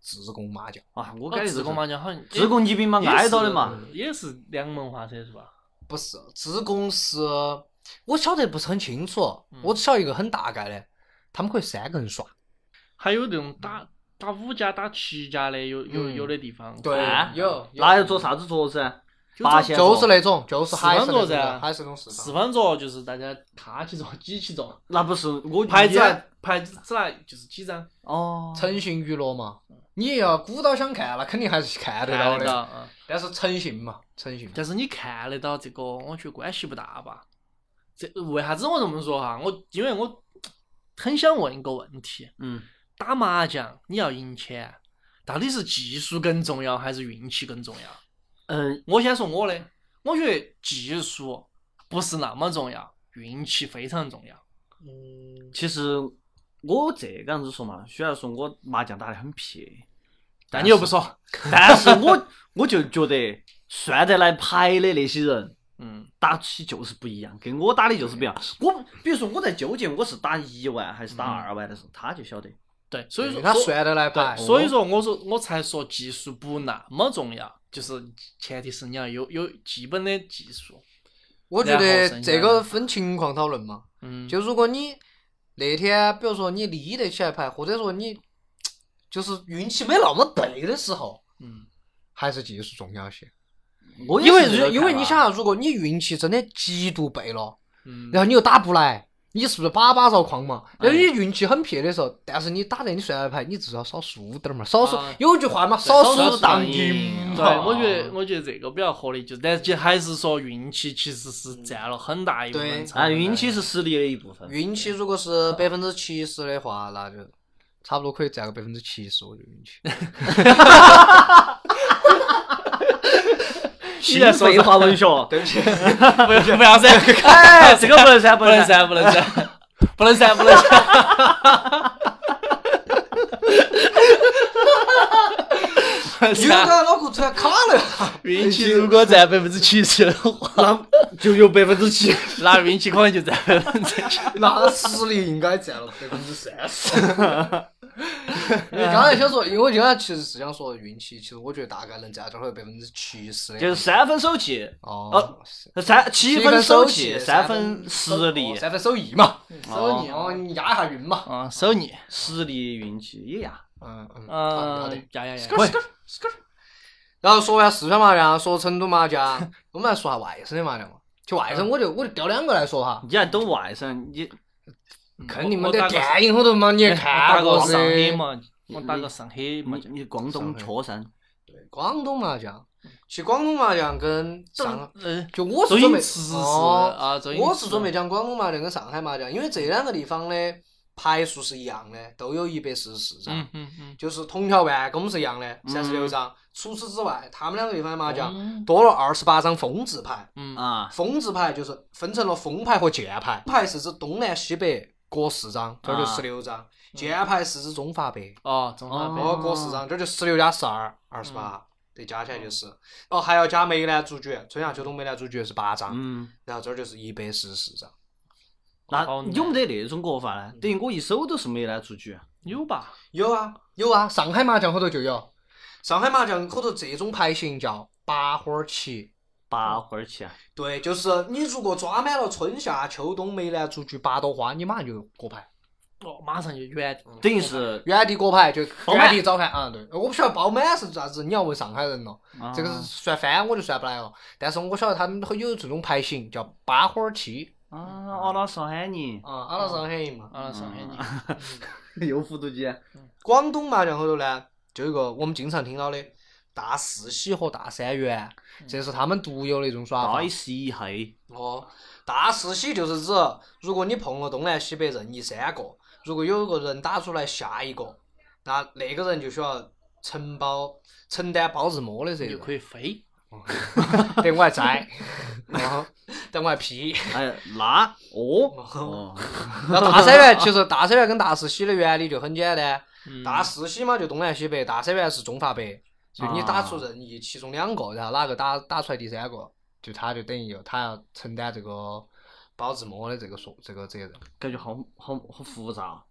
自贡麻将
啊，我
我
感觉
自贡麻将好像
自贡宜宾嘛，
也
挨到
是
的嘛，
也是两门花车是吧？
不是嗯自贡是，我晓得不是很清楚，我只晓得一个很大概的，他们可以三个人耍。
还有这种打打五家、打七家的，有有
嗯
有的地方。啊
哎
有
那要做啥子桌子啊？八仙
就是
嘞，
那种，就是还是
四
那
方桌子啊
种，还是那种四
四
方。
方桌就是大家卡 起坐、挤起坐，
那不是我
牌子
也
来牌子子来就是几张，
哦，
诚信娱乐嘛，你要鼓捣想看，那肯定还是看得到
看得到
的。
啊。
但是诚信嘛，诚信。
但是你看得到这个，我觉得关系不大吧？这为啥子我这么说哈？我因为我很想问一个问题：
嗯，
打麻将你要赢钱，到底是技术更重要还是运气更重要？
嗯，
我先说我的，我觉得技术不是那么重要，运气非常重要。
嗯，
其实我这个样子说嘛，虽然说我麻将打得很撇，
但你又不说，
但是我我就觉得算得来牌的那些人。
嗯，
打起就是不一样，跟我打的就是不一样。我比如说我在纠结我是打一万还是打二万的时候，他就晓得。
对，所以说
他
所
算得来牌，
对，所以说我说我才说技术不那么重要，就是前提是你要有有基本的技术。
我觉
然后
得
剩下
这
的
个分情况讨论嘛。
嗯，
就如果你那天，比如说你立得起来牌，或者说你就是运气没那么对的时候，
嗯，
还是技术重要些。
我也
因为
是这
如
个
因为
看
你
法
想，啊，如果你运气真的极度背了，
嗯
然后你又打不来，你是不是把把绕框嘛？然后你
哎
运气很撇的时候，但是你打得你算来牌，你至少少输点儿嘛，少输
啊
有句话嘛，
少
输
输
当
当
赢
赢
对，
嘛。
我觉得我觉得这个比较合理，就但是还是说运气其实是占了很大一部
对
分成分
啊，
的。
运气是实力的一部分。
运气如果是百分之七十的话，那就差不多可以占个百分之七十，我觉得运 气。
新废话文学，对不起。
不要不要噻，
哎，这个不能删，
不
不
能
能删。
删，不能删，不能删，不能删。
有
啊
个脑壳突然卡了，
运气如果占百分之七十的话，
那就有百分之七。
那运气可能就占百分之七。
那实力应该占了百分之三十。 你刚才想说，因为我刚才其实是想说运气，其实我觉得大概能占到百分之七十的。
就是三分手气，
哦，
三七分手气，三分嗯实
手
力
哦，三分手艺嘛，
手艺
哦，你压一下韵嘛。
啊，手艺，
实力运气也呀。
嗯嗯，好的。好的
嗯，呀呀呀，
喂然后说完四川麻将，说成都麻 将，啊我们来说下外省的麻将嘛。就外
嗯
省，我就我就挑两个来说哈，
你还懂外省，你
啊
嗯
肯定
我
没得
我打个
电影后头嘛， 你也看
打
过
个上海
噻。
嘛，我打个上海嘛
你，你广东确山，
广东麻将，其实广东麻将跟上，
呃，
就我
周
是准
星
备
驰是
哦
啊，周星驰
我是准备讲广东麻将跟上海麻将，因为这两个地方的牌数是一样的，都有一百四十四张
嗯，嗯嗯，
就是铜条万跟我们是一样的，
嗯
三十六张。除此之外，他们两个地方的麻将
嗯
多了二十八张风字牌，
嗯
啊
风字牌就是分成了风牌和箭牌，牌是指东南西北各四张，这儿就
啊
十六张；箭牌是指中华北，
哦，中华
哦
杯，
哦，嗯各四张，这儿就十六加十二，二十八。对，加起来就是，哦，还要加梅兰竹菊，春夏秋冬梅兰竹菊是八张，
嗯。
然后这儿就是一百四十四张。
那
好难
有没得那种过法
嗯
呢？等于我一手都是没来出啊局。
有吧？
有啊，有啊，上海麻将后头就有。上海麻将后头这种牌型叫八花儿棋，
八花儿棋啊，
对，就是你如果抓满了春夏秋冬梅兰竹菊八朵花，你马上就过牌，
哦，马上就远地，
等于是
原地过牌就
包
原
满
地招牌啊、对，我不晓得包满是啥子，你要问上海人了，
啊
这嗯个是算翻我就算不来了。但是我晓得他们有这种牌型叫八花儿棋
啊，阿拉斯喊你
啊，阿拉上海人嘛。
啊，上海人，
又复读机，
啊广东麻将后头呢，就有一个我们经常听到的大四喜和大三元，这是他们独有的一种耍法。
大是一黑，
哦，大四喜就是指，如果你碰了东南西北任意三个，如果有一个人打出来下一个，那那个人就需要承包承担包日摸的责
你就
任。
可以飞。
等我还在，哦等我还批。
哎，那哦哦，
那大三元其实大三元跟大四喜的原理就很简单，
嗯
大四喜嘛就东南西北，大三元是中华北，就你打出任意其中两个，然后哪个打打出来第三个，就他就等于有他要承担这个包日摸的这个说这个责任。
感觉好好好啊复杂。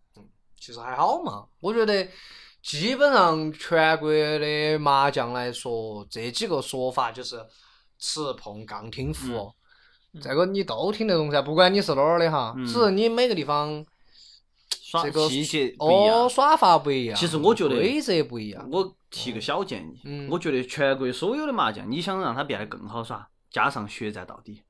其实还好嘛，我觉得基本上全国的麻将来说，这几个说法就是吃碰杠听服，这个你都听得懂噻，不管你是哪儿的哈，
嗯
只是你每个地方
耍
这个
细节不一样
哦，。耍法不一样。
其实我觉得
规则不一样。
啊我提个小建议，
嗯
我觉得全国所有的麻将，你想让它变得更好耍，加上血战到底，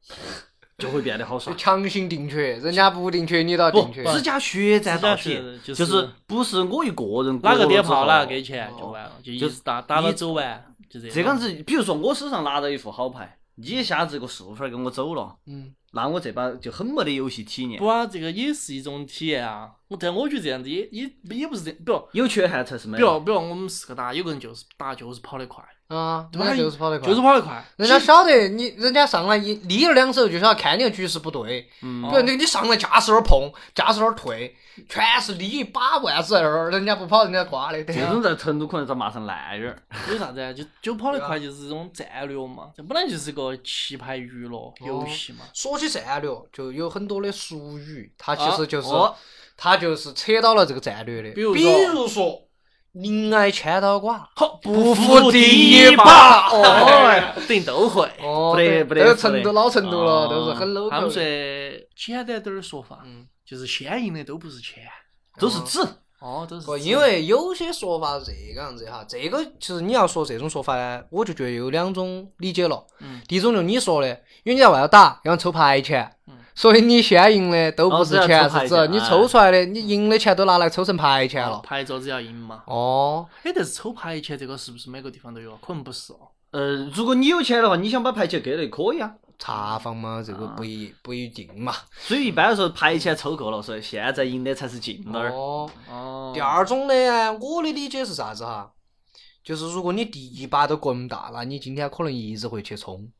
就会变得好耍
就。强行定缺，人家不定缺，你倒
不
定，缺。
只加血战到
只加
底
血，就
就是是不是我一个人
哪个点炮
跑
哪个给钱就完了，就一
就
直打打到
一
走完，就这样。
这样子，比如说我手上拿到一副好牌，你一下子个四五分儿跟我走了，
嗯，
那我这把就很没得游戏体验
不。啊，这个也是一种体验啊。我但我觉得这样子也也也不是这，比如
有缺憾才是美
比。如比如我们四个打，有个人就是打就是跑得快，
啊，
对吧
那就是跑得快，
就是跑得快，
人家晓得你，人家上来一离了两手就晓得看你的局势不对，
嗯
比如你你上来架势那儿碰，架势那儿退，全是离一把腕子在那儿，人家不跑，人家瓜的。对
这
啊
种在成都可能遭骂成烂人儿。
有啥子啊？就就跑得快就是一种战略嘛，这本来就是个棋牌娱
哦
乐游戏嘛。
说起战略，就有很多的俗语，它其实就是、
哦
它就是扯到了这个战略的。
比如说
比如说，宁挨千刀剐，
好，
不
不
服
服第
第一
一
把
把，
哦
哦，定都会。
哦，
不得
对
不
都
得
是
不
成
得
都老成都了，
哦
都是很 local 的。
他们说简单点儿的说法，
嗯
就是先赢的都不是钱，
都是纸，
哦，都是
不，
纸
因为有些说法是这个样子的哈，这个其实你要说这种说法呢，我就觉得有两种理解了。
嗯
第一种就是你说的，因为你在外头打要抽牌钱，
嗯
所以你先赢的都不
哦
是
这
钱，
要抽牌
是
钱
指你
哎
抽出来的，你赢的钱都拿来抽成牌钱了。
牌桌子要赢嘛。
哦，
哎，但是抽牌钱这个是不是每个地方都有？可能不是哦。
呃，如果你有钱的话，你想把牌钱给了可以啊。
查房嘛，这个不一不一定嘛。
所以一般来说，牌钱抽够了，所以现在赢的才是劲儿。
哦，
哦
第二种的呢，我的理解是啥子哈？就是如果你第一把都过那么大了，你今天可能一直会去冲。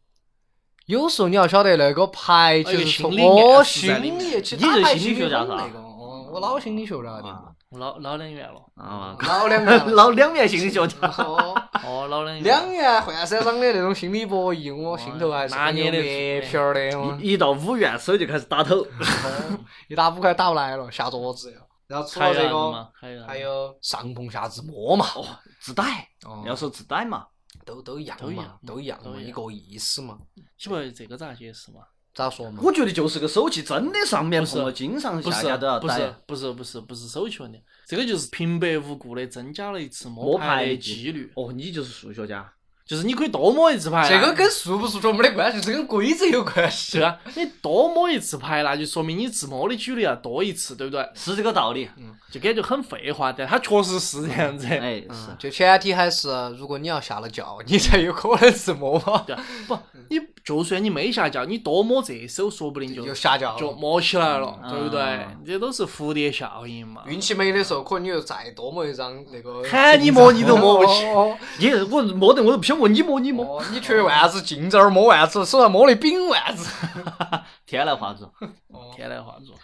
有时候你要晓得那个牌
哦
就
有
是
心
冲
理
哦，
暗示
心
在里面
理，其实
你是
打牌
心理
理
学家是吧
那个，哦，我老心理学家的
啊，
我老老两元了。
啊，
老两元
老两面心理学家。
哦，
哦，老两元。
两元换三张的那种心理博弈，我心头还是
拿
很
捏
有
得
白
出
皮儿的，
哦
我
一一到五元，手就开始打 抖。
一打五块打不来了，下桌子要。然后除
还
了
有啥
这
子
个，
嘛？还有啥子
还有上碰下自摸嘛，
哦，自带，
哦
要说自带嘛，
都都一样
都一
嘛
样，
都一样
都
嘛，
一
一
样
个意思嘛。
岂不这个咋解释嘛？
咋说嘛？
我觉得就是个手气，真的上面
不是
碰了，经常
不
下
是
家都要，
不是
逮。，
不是，不是，不是手气问题，这个就是平白无故的增加了一次摸
摸牌
的
的
几率，
哦，你就是数学家。
就是你可以多摸一次牌啊。
这个跟数不数学没得关系，这跟规则有关系
对。啊，你多摸一次牌，那就说明你自摸的几率要啊多一次，对不对？
是这个道理。
就感觉很废话，但它确实是这样子。
哎，是
嗯，就前提还是如果你要下了觉，你才有可能自摸嘛。
对啊，不，你就算你没下脚，你多摸这一手，说不定就
有下脚
就摸起来了，
嗯
对不对
嗯？
这都是蝴蝶效应嘛。
运气没的时候，可能你又再多摸一张那个。
喊你摸你都摸不 起
哦，
你我摸得我都不想摸你摸你
哦
摸。
哦你缺腕子，进这儿摸腕子，手上摸了一柄腕子。
天来画质，
天籁话说，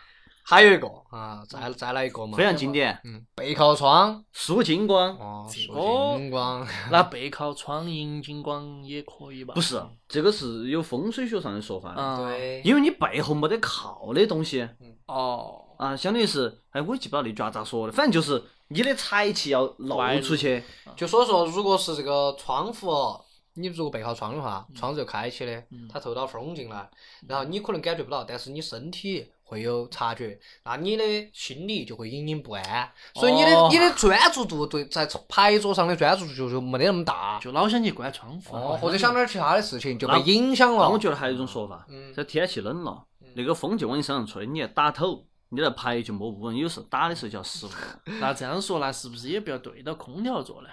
还有一个啊，再再来一个嘛
非，常经典。
嗯，背靠窗，
输金光
哦，说
个哦
金光，
那背靠窗迎金光也可以吧？
不是，这个是有风水学上的说法的，
嗯，，
对，
因为你背后没得靠的东西
哦，
啊，相当于是，哎，我也记不到那句话咋说的，反正就是你的财气要
歪
露
了
出去。
就所以说，如果是这个窗户，哦你如果背靠窗的话，
嗯
窗子就开起的，它透到风进来，然后你可能感觉不到，但是你身体会有察觉，那你的心里就会隐隐不安，所以你的
哦
你的专注度对在牌桌上的专注度就就没得那么大，
就老想去关窗户，
哦，或者想点儿其他的事情就被
哦那
影响
那
了。
我觉得还有一种说法
嗯，
这天气冷了，那个风就往你身上吹，你还打抖，你那牌就摸不稳，有时候打的时候就要失误。
那这样说，那是不是也不要对到空调坐呢？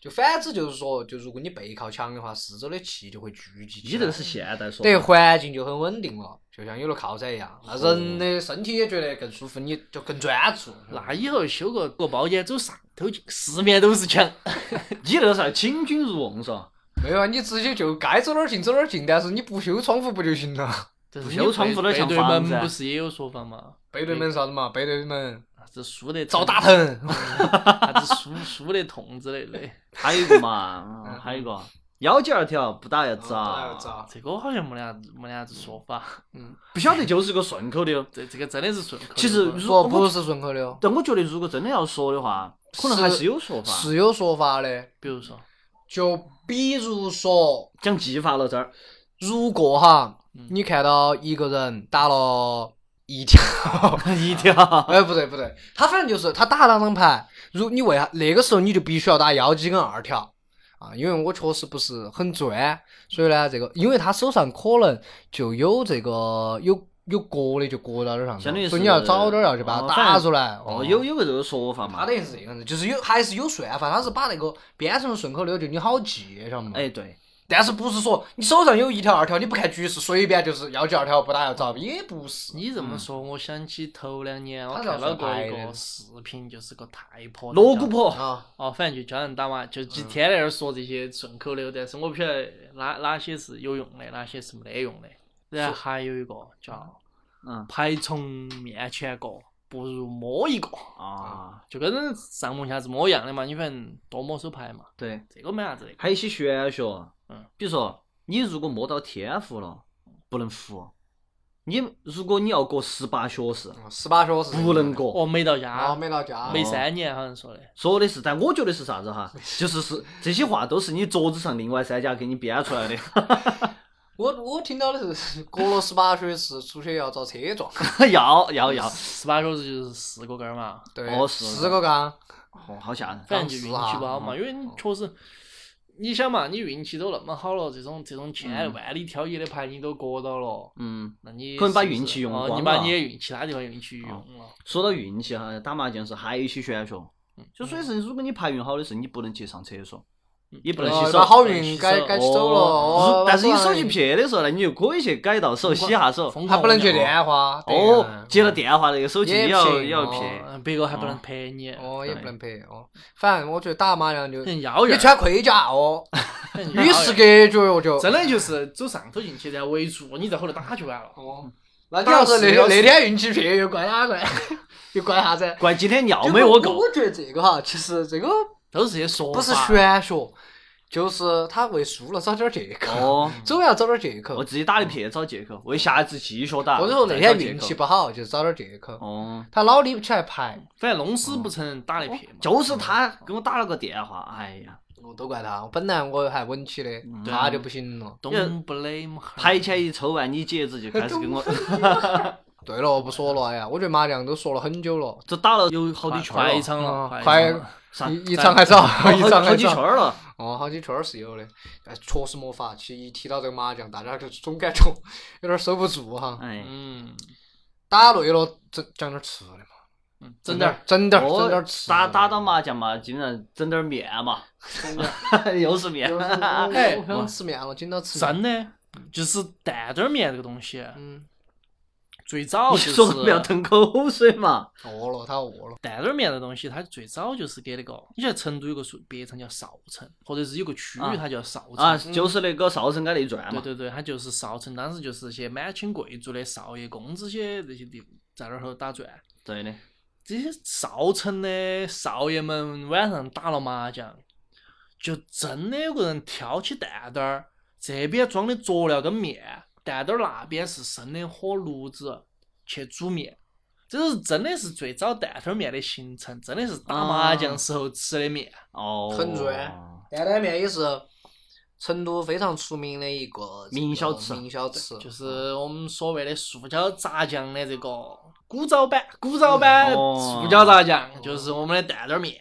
就反之就是说，就如果你背靠墙的话，四周的气就会聚集
你
起
这个
来，
是现代说
等于
法，
环境就很稳定了，就像有了靠山一样，那人的身体也觉得更舒服，你就更专注。
那以后修个个包间，走上头去，四面都是墙。
你那个是要请君入瓮嗦，
没有啊，你直接就该走哪儿进走哪儿进，但是你不修窗户不就行了？
不
不修窗户都像
对
房子啊
门不是也有说法吗？
背对门啥子嘛？背对门
啊这输得
遭打，疼。
啥子 输输得痛之类 的。
还有一 个嘛，嗯还有一个腰间儿条不打要扎，
咋？
这个好像没得啥子没得啥子说法，
不晓得就是个顺口溜。
这这个真的是顺口溜。
其实 如
说
果
不是顺口溜，
但我觉得，如果真的要说的话，可能还是有说 法。
是有说法的。
比如说，
就比如说，
讲技法了这儿，
嗯如果哈，你看到一个人打了一条，
一条，
哎，不对不对，他反正就是他打那张牌，如你为啥那个时候你就必须要打幺几跟二条啊？因为我确实不是很专，所以呢，这个因为他手上可能就有这个有有割的就割到这上头，
相当于是
所以你要早点要去把它打出来。
哦，有。有个这个说法嘛
他。等于是这个样子，就是有还是有算法，他是把那个编成顺口溜，就你好记，晓得吗？
哎，对，
但是不是说你手上有一条二条，你不看局势，随便就是要几二条不打要找，也不是。
你这么
嗯
说，我想起头两年我
他
看
是要
到
上
过一
牌
个
的
视频，就是个太婆，
锣鼓婆，嗯
啊，
哦，反正就教人打麻，就几天在那儿说这些顺口溜，但是我不晓得哪哪些是有用的，哪些是没得用的。然后还有一个叫
嗯
排从面前过，不如摸一个，
啊，
就跟上蒙下子摸一样的嘛，你反正多摸手牌嘛，
对，
这个没啥子的。
还有一些玄学，
嗯，
比如说你如果摸到天赋了，不能服；你如果你要过十八学士，
啊十八学是
不能过。
哦，没到
啊，
家，
没到家，
哦
没三年好像说的。
说的是，但我觉得是啥子哈？就是是这些话都是你桌子上另外三家给你编出来的，
我我听到的是， 过了十八岁是出去要遭车 撞，
要要要，
十八小时就是四个杆儿嘛，
对，
哦是
四个杠，
哦，好吓人。
反正就运气不好
当时啊
嘛，因为你确实，你想嘛，你运气都那么好了，这种这种千万里挑一的牌你都割到了，
嗯，
那你
可能把
是不是
运气用
哦
光
你
了啊
把你的运其他地方运气用了，
说到运气哈，打麻将是还有一些玄学，
嗯
就所以是如果你牌运好的时候，你不能去上厕所，也不能
哦
洗手
把。好
洗
运
手
改改起走了，
哦
哦，
但是你
把
手
不
气
然
撇的时候呢，你就可以去改到手，洗下手。
疯
还
狂
不能
的
接
哦
电话，对啊
哦
呀，
接了电话那个手机
也
也要
撇
也要
哦
撇。
嗯别个还不能
哦
陪你，
哦也不
对
能陪哦，反正我觉得打麻将就
很遥
你
远，
穿盔甲 哦，
很遥
与世
远
隔绝哦就。
真的就是走上头进去，然后围住，你在后头打就完了。
哦，那你要是那那天运气撇，又怪哪怪？ 又怪啥子？
怪今天尿
就
没我
我
够。
我觉得这个哈，其实这个
都是些说
不是
法
玄学，就是他为输了找点借口。
哦，
总要找点借
我
口。
自己打的撇找借口，为下一次继续打。
或者说那天
再找借
运
啊口
气不好，就找点借口。
哦，
他老理不起来牌，
反正弄死不成打一撇嘛。
就是他给我打了个电话，哎呀，
我都怪他。本来我还稳起的，他就不行了。
Don't blame her。
牌钱一抽啊完，你姐子就开始 跟我，
对了，我不说了，哎呀，我觉得麻将都说了很久了，
这打了有好几圈
快一
了，
场了，
嗯
快一
快
场了
啥
一一张还少，一
好
张
好
还
几圈
少。
了。
哦，好几圈儿是有的，哎，确实没法。其实一提到这个麻将，大家就总感觉有点儿收不住哈。
哎，
嗯，
打累了，整讲点儿吃的嘛，
嗯整点儿，
整点儿，整点
我
儿吃的。
打打打麻将嘛，经常整点儿面 嘛，又是面
有。时候我
哎
我想吃面了，紧到吃面。
真的就是担担面这个东西，
嗯，
最早
你
就是
说 不要吞口水 嘛？
饿了，他饿了。
担担面这东西，它最早就是给那个，你像成都有个属别称叫邵城，或者是有个区
啊
域它叫邵城。
啊，就是那个少城街那一转
对
嘛。
对对，它就是邵城，当时就是些满清贵族的少爷公子些那些地在那头打转。
对的，
这些少城的少爷们晚上打了麻将，就真的有个人挑起担担儿，这边装的佐料跟面，担担儿那边是生的火炉子去煮面。这是真的是最早担担面的形成，真的是打麻将时候吃的面。
哦，
很软担担面也是成都非常出名的一个这
名
个
小吃
名小吃
就是我们所谓的塑胶炸酱的这个古早版，古早版
哦
塑胶炸酱就是我们的担担面。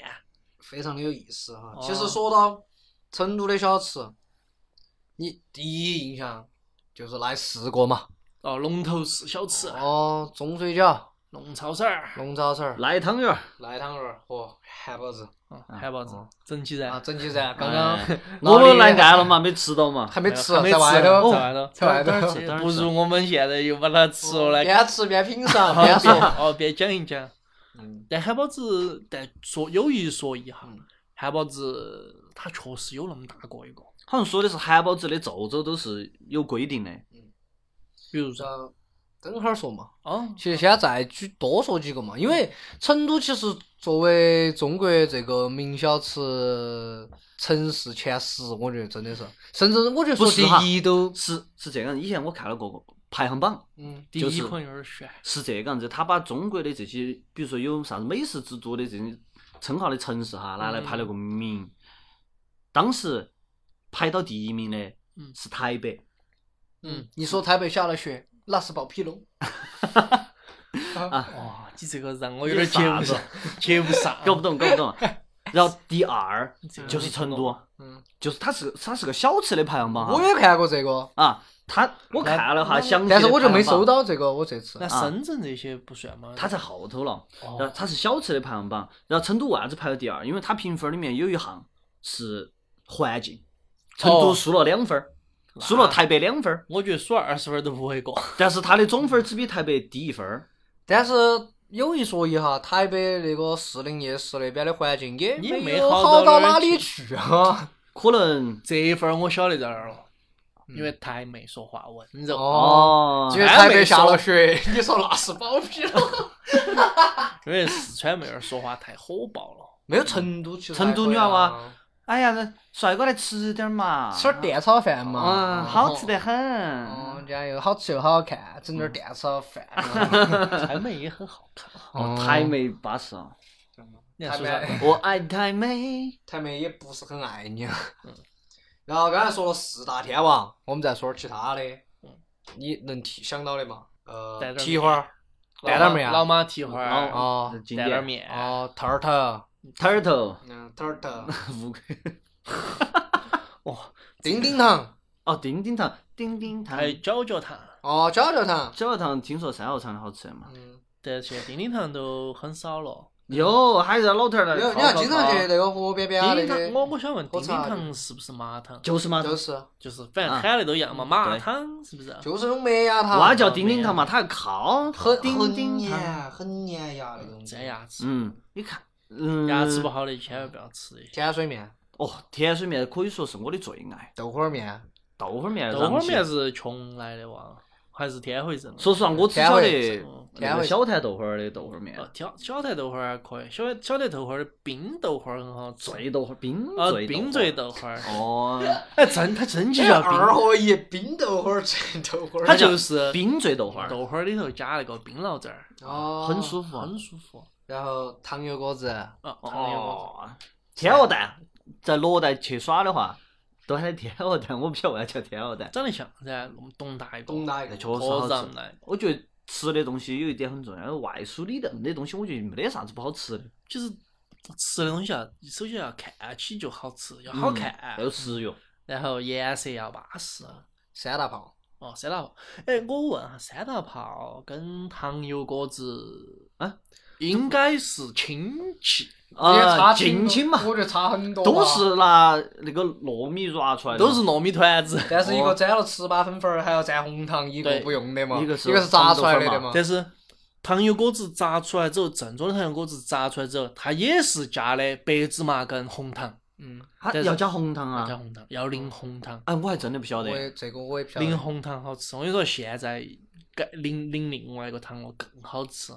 非常的有意思哈。
哦
其实说到成都的小吃，你第一印象就是来四个嘛，
哦，龙头市小吃，
哦，中水饺、
龙抄手儿，
龙爪丝儿、
赖汤圆儿，
赖汤圆儿和汉堡子
哦汉堡子，整起噻
啊，。整起噻。刚刚
哎
哪里
我们来干了嘛，没吃到嘛。
还没吃，
还没
在外头
吃啊哦在，外头，
在外头
当然吃当然吃
不如我们现在又把它吃 了来，
边吃边品 尝
好
边
边
说。
哦边讲一讲。
嗯，
但汉堡子，但说有一说一哈
嗯，
汉堡子它确实有那么大个一个，
好像说的是汉堡子的皱皱都是有规定的。
比如说
这等会儿说嘛。
哦，
其实先再举多说几个嘛，因为成都其实作为中国这个名小吃城市前十，我觉得真的是，甚至我觉得
不
说
是哈
第一都，
是是这样，以前我看了个排行榜，
嗯，
第
就
一
是
可能有点悬，
是这个样子，他把中国的这些，比如说有啥子美食之都的这些称号的城市哈，拿来排了个名。当时排到第一名的
嗯
是台北，
嗯你说台北下了雪，那是暴皮龙，
哇，你这个让我有点接不
你傻
上，接不上，
搞不懂，搞不懂。然后第二
啊这个
就是成
我
都
不，嗯，
就是它是它是个小吃的排行榜
我
哈
也看过这个，
啊，它我看了哈，详细的
但是我就没
排行
收
榜，
到这个，我这次
那深圳这些不算吗？
它在后头了。
哦
然后它是小吃的排行榜，然后成都为啥子排到第二？因为它评分里面有一项是环境，成都
哦
输了两分儿，输了台北两分儿，
我觉得数二十分都不为过。
但是它的总分儿只比台北低一分儿。
但是有一说一哈，台北那个士林夜市那边的环境也
也没
有
好
好
到
到
哪儿
哪里去啊。
可能
这一分儿我晓得在哪儿了，嗯因为台妹说话温柔。
哦，
哦
因，为台北下了雪， 你说那是包皮了。
因为四川妹儿说话太火爆了，
没有成都去，
成都女娃娃，哎呀，那帅哥来吃点儿嘛，
吃点儿蛋炒饭嘛。
嗯，好吃得很。
哦，人家又好吃又好看，整点儿蛋炒饭。嗯
台妹也很好看。
哦，台妹巴适啊！
你看
台
说啥？
妹，
我爱台妹。
台妹也不是很爱你。 然后刚才说了四大天王，我们再说点儿其他的。你能提想到的嘛？
带
呃，
点儿
蹄花儿，蛋
老
蛋
妈
妹啊
老妈蹄花儿，
哦
哦，
这经
担担
典。
面，
哦，头儿头，
Turtle，
嗯，头儿头，
乌龟。
丁丁糖，
哦，丁丁糖，丁丁糖
还。
哎
有角角糖，
哦，角角糖，
小学堂听说三号场的好吃的嘛？
嗯，
但现在叮叮糖都很少了。
有，还有在老头儿那
你
里
你
烤
看
烤
经常去
烤，
那个河边边啊
叮
那
叮
些
糖，，我我想问，
喝
叮叮
茶的
糖是不是麻糖？
就是嘛，
就是
就是反正
啊
喊的都一样嘛，麻
对
糖是不啊是？
就是那种麦芽糖，
那叫丁丁糖嘛，它还烤
很
丁
很
丁糖。
黏很黏牙那种。
粘牙齿，
嗯，你看，嗯，
牙齿不好的千万不要吃的。
碱水面、
哦，甜水面可以说是我的最爱，
啊豆花儿啊面，
豆花面。
豆花面。是琼来的哇，还是天回人？
说实话，我只晓
天
得
嗯
那个小坛豆花儿的豆花面，
呃，小小台豆花儿还可以，小小台豆花儿的冰豆花儿很好吃，
醉豆花儿，冰
啊，
醉
冰醉。
醉
豆花儿，
哦，
哎，真它真就叫
二
冰，
合一冰豆花儿、甜豆花儿，
它就是
冰醉豆花儿，
豆花儿里头加那个冰酪汁儿，
哦，
很舒服啊。
很舒服。
然后糖油果子，
啊，糖的我
哦，天鹅蛋，在罗带去耍的话，都喊天鹅蛋，我不晓得为啥叫天鹅蛋。
长得像噻，那么咚大一个，
懂那一
那
个
确实
坨
好
瓤
吃。
来。
我觉得吃的东西有一点很重要，外酥里嫩的东西，我觉得没得啥子不好吃的。
就是吃的东西啊，首先要看起就好吃，要好看
嗯，又实用。
然后颜色要巴适。
三大炮，
哦，三大炮，哎，我问下，三大炮跟糖油果子
啊，
应该是亲戚，
也
啊，
差挺
近
多
亲嘛，
我觉得差很多啊，
都是拿那个糯米抓出来的，
都是糯米团子。
但是一个沾了糍粑粉粉儿，还要沾红糖，一个
对
不用的嘛，
一
哦一
个是
是炸出来的
红
的
豆
嘛。
但是糖油果子炸出来之后，正宗的糖油果子炸出来之后，它也是加的白芝麻跟红糖，
嗯，
它
但是
要加红糖
要加
啊。
红糖，要淋红糖，
哎，我还真的不晓
我也
得。
这个我也
嗯
不晓
淋
得。
红糖好吃。我跟你说，现在改淋淋另外一个糖了更好吃，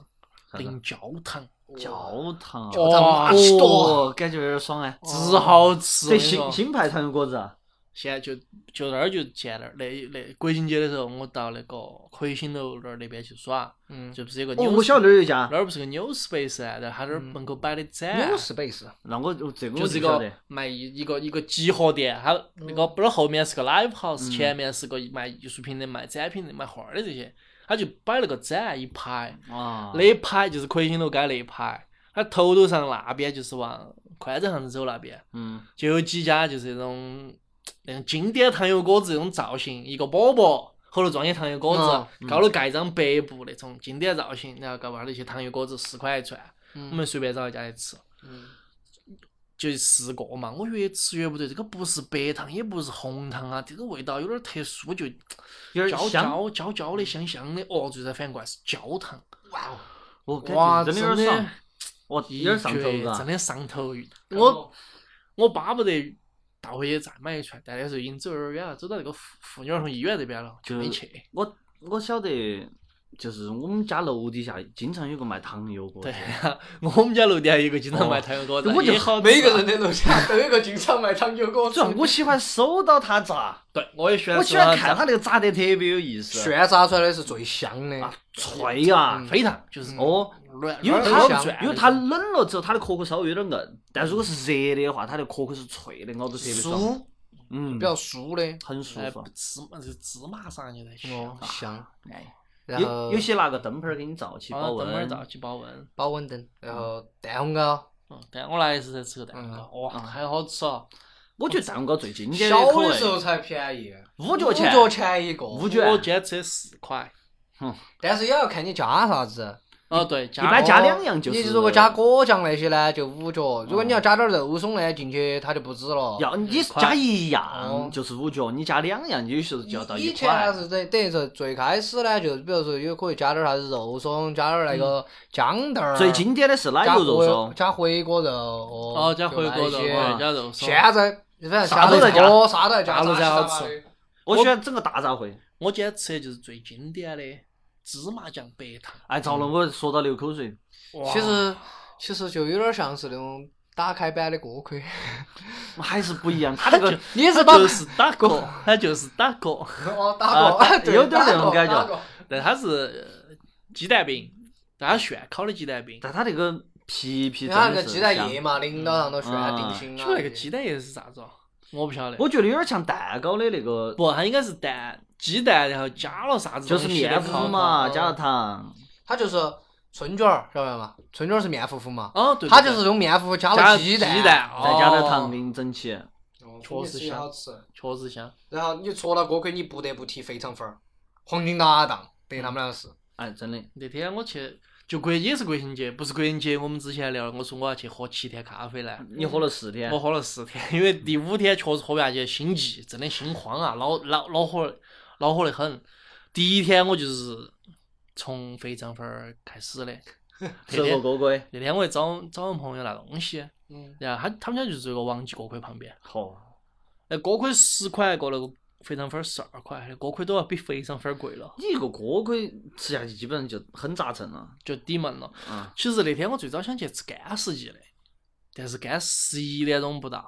啥子
淋焦糖，
焦糖，
焦糖哇吃多
哦，感觉有点爽哎。
只啊哦好吃。
这
我跟你
新
说
新派糖油果子啊，
现在就就那儿就见那儿，那那国庆节的时候，我到那个魁星楼那儿那边去耍，
嗯，
就不是有个
哦，
纽、
我晓得那儿嗯有一家
那，儿不是个 New Space 啊，然后它那儿门口摆的啊展，
有 space，
那我就这个我
就
不
是一
晓
个。
得
嗯卖一一个一个集合店，它那个不是后面是个 live house，前面是个卖艺术品的、卖展品的、卖花儿的这些，它就摆了个展一排，
啊，
那一排就是魁星楼街那一排，它头头上那边就是往宽窄巷子走那边，
嗯，
就有几家就是那种那种经典糖油果子那种造型，一个饽饽。后头装些糖油果子，高头盖一张白布那种经典造型，然后搞外头那些糖油果子十块一串，我们随便找一家来吃。
嗯，
就试过嘛，我越吃越不对，这个不是白糖，也不是红糖啊，这个味道有点特殊，就
有点
焦
香，
焦焦焦的，香香的。哦，最才反应过来是焦糖，
我感
哇
觉真的有
真
点
的
爽，哇，有点上头啊
一绝
嘎
真。的上头。
嗯
我我巴不得倒回去再买一串，但那时候已经走有点远了，走到那个妇妇女儿童医院这边了，就
就
没
是
去。
我我晓得，就是我们家楼底下经常有个卖糖油果
对，
子
啊我们家楼底下有一个经常卖糖油果子，
哦我就
也好吃啊
每个人的楼下都有个经常卖糖油果
主
子
要，我喜欢收到它炸，
对我也喜欢，
我喜欢看它那个炸得特别有意思，
炫炸出来的啊是啊嗯最香的。
啊，脆呀，
飞糖，就是
哦。
软，
因为
软
它
软
软
因为它冷了之后，它的壳壳稍微有点硬，但如果是热的话，它的壳壳是脆的，咬着特别爽，
嗯酥，
嗯
比，较酥的，
很舒
哎
服。
芝麻这芝麻上去才香
哦，。香。
哎，
然后
嗯
啊
有有些拿个灯泡儿给你照起，
好像
保
等会儿
温。
到去保温。
保温灯，然后蛋烘糕，
嗯，但我来的是在吃个蛋糕，哇，太好吃哦了！
我觉得蛋糕最经典
小
口
的时候
味，
才便宜，
五角
五
钱，
角钱一个，
五角
我今天吃的四块。
但是也要看你加啥子。
哦，对，
一
加
般
个
加两样就
你
是。哦
如果加果酱那些呢，就五角；如果你要加点肉松呢，进去它就不止了。
要你是
块
加一
哦
样就是五角，你加两样，有时候就要到
以
一
前
块。
是等等于说最开始呢，就是比如说有可以加点啥子肉松，加点那个豇豆儿，
嗯最经典的是奶油肉松，
加回锅肉，
哦，
哦，
加回锅肉，
就
对
那些
加肉松。
现在反正
啥
啥
都在加
多，啥都在加，
啥都在
杂
好
七杂八
吃
的。
我喜欢整个大杂烩。
我今天吃的就是最经典的芝麻酱白糖。
哎，糟了，
嗯
我说到流口水。
哇
其实其实就有点像是那种打开版的锅盔，
还是不一 样，它那个
你是把
它 就是打嗝，它就是打 嗝，
哦打
啊
过，对
有点
打
那种
过
感觉
打过
但它是呃鸡蛋饼，但它炫烤的鸡蛋饼。
但它那个皮皮
你
真
看那
的
个
是
鸡蛋
香
液嘛，淋到上头旋
嗯
定型
你
啊。
说那个鸡蛋液是啥子哦？我不晓得。
我觉得有点像蛋糕的那个，
不，它应该是蛋鸡蛋，然后加了啥子
就是面
糊
糊嘛，
嗯
加了糖，
它就是春卷儿，晓得嘛？春卷儿是面糊糊嘛，
哦，对，
它
对
就是用面糊加
加
了鸡蛋，啊
鸡蛋，
再加点糖
哦
给，你整起。
确实香
哦好吃。
确实香。
然后你说到锅盔，你不得不提肥肠粉儿，黄金搭档，得他们俩是。
嗯
哎，真的，
那天我去，就国也是国庆节，不是国庆节，我们之前聊，我说我要去喝七天咖啡来。
你喝了四天
我，喝了四天，因为第五天确实喝不下去，心悸，真的心慌啊，恼恼恼火，恼火得很。第一天我就是从肥肠粉儿开 始的，
吃火锅龟，
那天我去找找我朋友拿东西，
嗯，
然后他他们家就是这个王记锅盔旁边，
嚯，
那锅盔十块一个，那个肥肠粉儿十二块，那锅盔都要比肥肠粉儿贵了，
你一个锅龟吃下去基本上就很扎秤了。
就抵门了。
嗯，
其实那天我最早想去吃干食记的，但是干十一点钟不到，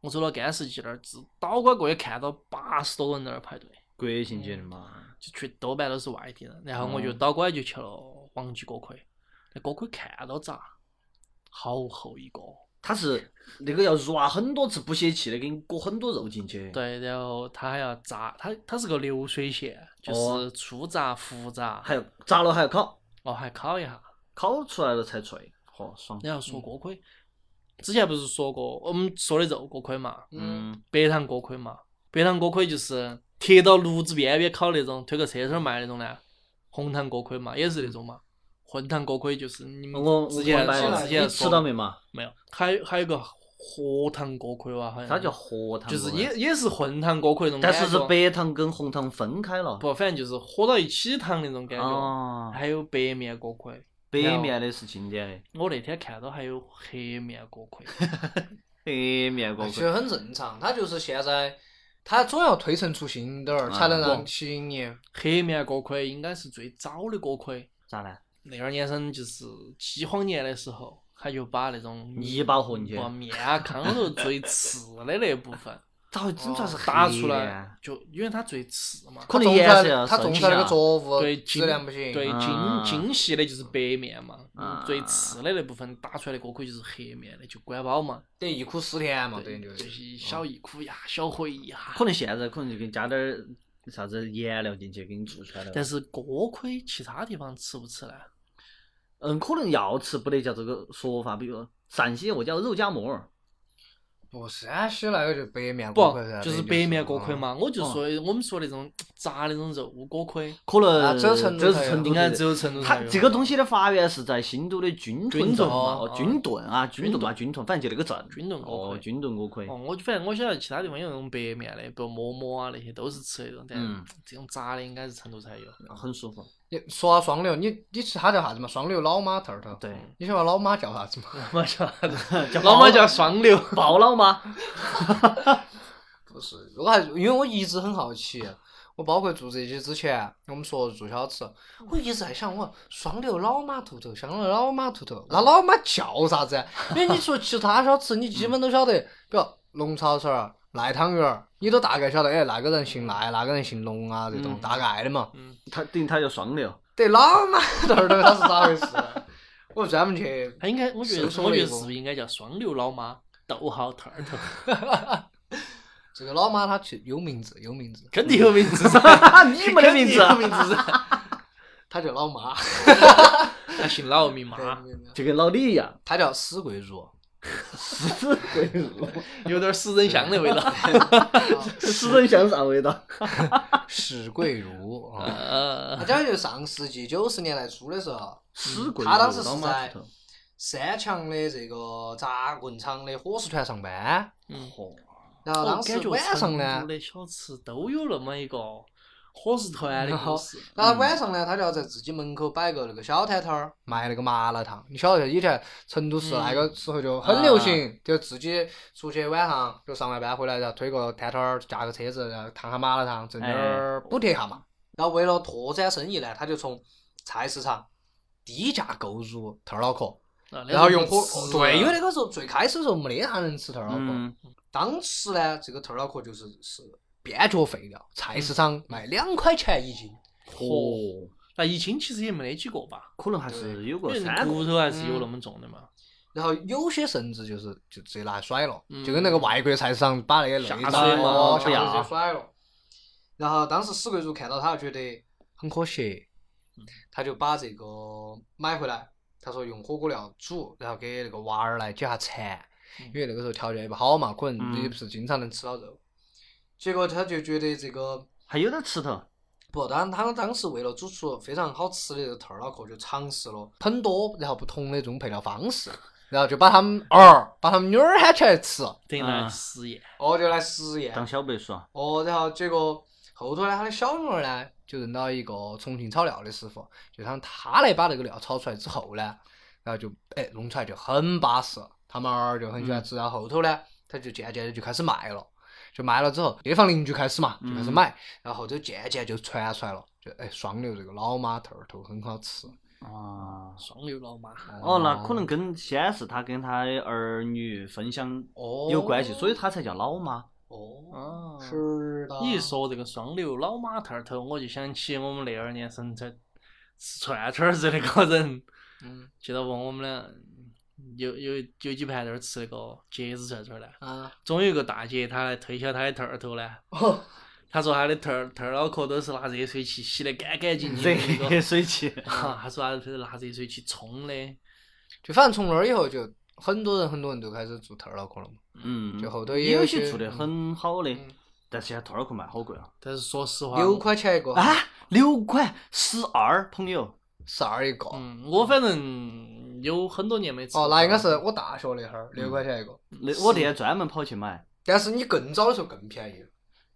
我走到干食记那儿，只倒拐过去看到八十多人在那儿排队，
国庆节的嘛，
就去多半都是外地人，然后我
哦
就倒拐就去了王记锅盔，那锅盔看到咋，好厚一个，
它是那个要软很多次不泄气的，给你裹很多肉进去。，
对，然后它还要炸，它它是个流水线，就是
哦
粗炸、复炸，
还要炸了还要烤，
哦还烤一下，
烤出来了才脆，嚯，爽。
然后说锅盔，之前不是说过我们说的肉锅盔嘛，
嗯，
白糖锅盔嘛，白糖锅盔就是贴到炉子边边烤那种，推个车车卖那种呢。红糖锅盔嘛，也是那种嘛。混糖锅盔就是你们
我我
之前
明白了
之
你
前
吃到没
有？
嘛？
没有，还有还有个荷糖锅盔哇，好像
啥叫荷塘？
嗯就是也也是混糖锅盔那种感
但
觉，哦
是是白糖跟红糖分开了。
不，反正就是和到一起糖那种感觉。
哦，
还有白面锅盔，
白面的是经典的，
我那天看到还有黑面锅盔。
黑面锅
哎其实
盔。
很正常，它就是现在，它总要推陈出新点儿，
嗯
才能让吸引你。
黑面锅盔应该是最早的锅盔，
咋呢？
那二年生就是饥荒年的时候，他就把那种
泥巴混进去
把面啊糠头最次的那部分
咋会整出来是哦黑
打
的
出来，就因为它最次嘛，
哎可
它
能
种出
颜
来
色要
啊
的，它
受
种
影
出来那个
响
作物
对
质
精
量不行。
对精
啊
精细的就是白面嘛，
啊
最次的那部分打出来的锅盔就是黑面的，就管饱嘛，
等于一苦思甜嘛，等
对，
于就。
就是是小一苦呀，小回忆呀。
可能现在可能就给你加点儿啥子颜料进去，给你做出来
但
了。
是锅盔其他地方吃不吃呢？
嗯，可能要吃不得叫这个说法，比如陕西我叫肉夹馍儿，
哦，山西那个就白啊面锅
不
盔噻，
就是
等于
白面锅盔
嗯
嘛？我就说我们说那种炸那种肉锅盔，
可
啊
能
只有成都
这
才
是
有
成都
应该
的
只有成都才
它
有
这个东西的发源是在新都的军
军
屯镇
屯
嘛，
哦
哦，军屯啊，军屯嘛，军屯，反正就那个镇，
军屯锅盔
哦，军屯锅盔
哦，，我反正我晓得其他地方有那种白面的，比如馍馍啊那些都是吃那种，但
嗯
这种炸的应该是成都才有。
很舒服。
你说到双流，你你吃它叫啥子嘛？双流老马头儿头。
对，
嗯
你晓得老马叫啥子嘛？
老妈叫啥子？老妈叫双流。
爆老吗？
不是，我还因为我一直很好奇，我包括做这些之前，我们说做小吃，我一直在想，我双流老马兔头，香楼老马兔头，那老马叫啥子？啊因为你说其他小吃，你基本都晓得，比如龙抄手儿、赖汤圆儿，你都大概晓得，哎，那个人姓赖，那个人姓龙啊，这种大概的嘛。
它等于它叫双 流，
对，老马兔头它是咋回事？啊我专门去，
他应该，我觉得，
是
我觉得
双流
是不是应该叫双流老妈？逗号兔儿头，
这个老马他其有名字，有名字。
肯定有名字噻，
你没得名字啊
肯定有名字噻。
他叫老妈，
他姓老名麻，
对没有没有
就跟老李一样，
他叫死桂如，
死鬼路，
有点死人香的味道。
死人像啥味道？
史桂如啊。他
呃，
讲的就是上世纪九十年代初的时候，
死鬼路，
他当时
老
是
马
在
头。
三强的这个杂文厂的伙食团上班，
嗯，
然
我
后啊当
感
时
觉
晚上
成
呢
都，的小吃都有那么一个伙食团的故事。啊
然后晚上呢，他就要在自己门口摆个那个小摊摊儿，卖那个麻辣烫。你晓得以前成都
嗯
市那个时候就
啊
很流行，就自己出去晚上就上完班回来，然后推个摊摊儿，架个车子，然后烫下麻辣烫，挣
哎
点儿补贴一下嘛。然后为了拓展生意呢，他就从菜市场低价购入特老壳，
啊
然后用火对，因
那
为那个时候最开始的时候没得啥人吃特老壳。
嗯，
当时呢，这个特脑壳就是是边角废料，菜市场卖两块钱一斤。
嚯，那一斤其实也没得几个吧，
哦可能还是有
因
个
为
三
骨
个。
头还是有那么重的嘛。
然后有些甚至就是就直接拿来甩了，
嗯
就跟那个外国菜市场把那个内
下
脏
水嘛
哦
不要
下水就甩了。然后当时史贵如看到他，觉得很可惜，
嗯
他就把这个买回来，他说用火锅料煮，然后给那个娃儿来解下馋，
嗯
因为那个时候条件也不好嘛，可能
嗯
也不是经常能吃到肉。结果他就觉得这个
还有点吃头，
不，当然他当时为了煮出非常好吃的这个兔儿脑壳，就尝试了很多然后不同的这种配料方式，然后就把他们儿、把他们女儿喊起来吃，
等于来实验，
哦，就来实验，
当小白鼠啊。
哦，然后结果后头呢，他的小女儿呢就认到一个重庆炒料的师傅，就让他来把那个料炒出来之后呢，然后就哎弄出来就很巴适，他们儿就很喜
嗯
欢吃。然后后头呢，他就渐渐的就开始卖了，就卖了之后，街坊邻居开始嘛，就开始
嗯
买，然后后头渐渐就传出来了，就哎双流这个老妈兔儿头很好吃。
啊。
双流老妈。
哦，
啊
那可能跟先是他跟他的儿女分享
哦
有关系，所以他才叫老妈。
哦，
哦，
是啊的。
你一说这个双流老马兔儿头，我就想起我们那二年生在吃串串儿子那个人，
嗯
记得不？我们俩有有有几盘在那儿吃那个茄子串串儿呢。
啊，
总有一个大姐，她来推销她的兔儿头呢。
哦，
她说她的兔儿兔儿脑壳都是拿热水器洗得干干净 净的一
热
个，
水器，
啊她说她是拿热水器冲的。
就反正从那儿以后就。很多人，很多人都开始做兔儿脑壳了嘛，
嗯，
就后头也
有
些
些做得很好的
嗯，
但是现在兔儿壳卖好贵啊！
但是说实话，
六块钱一个，
啊，六块十二，朋友，
十二一个。
嗯，我反正有很多年没吃。
哦，那应该是我大学那会儿
嗯
六块钱一个，
那我那天专门跑去买，
但是你更早的时候更便宜。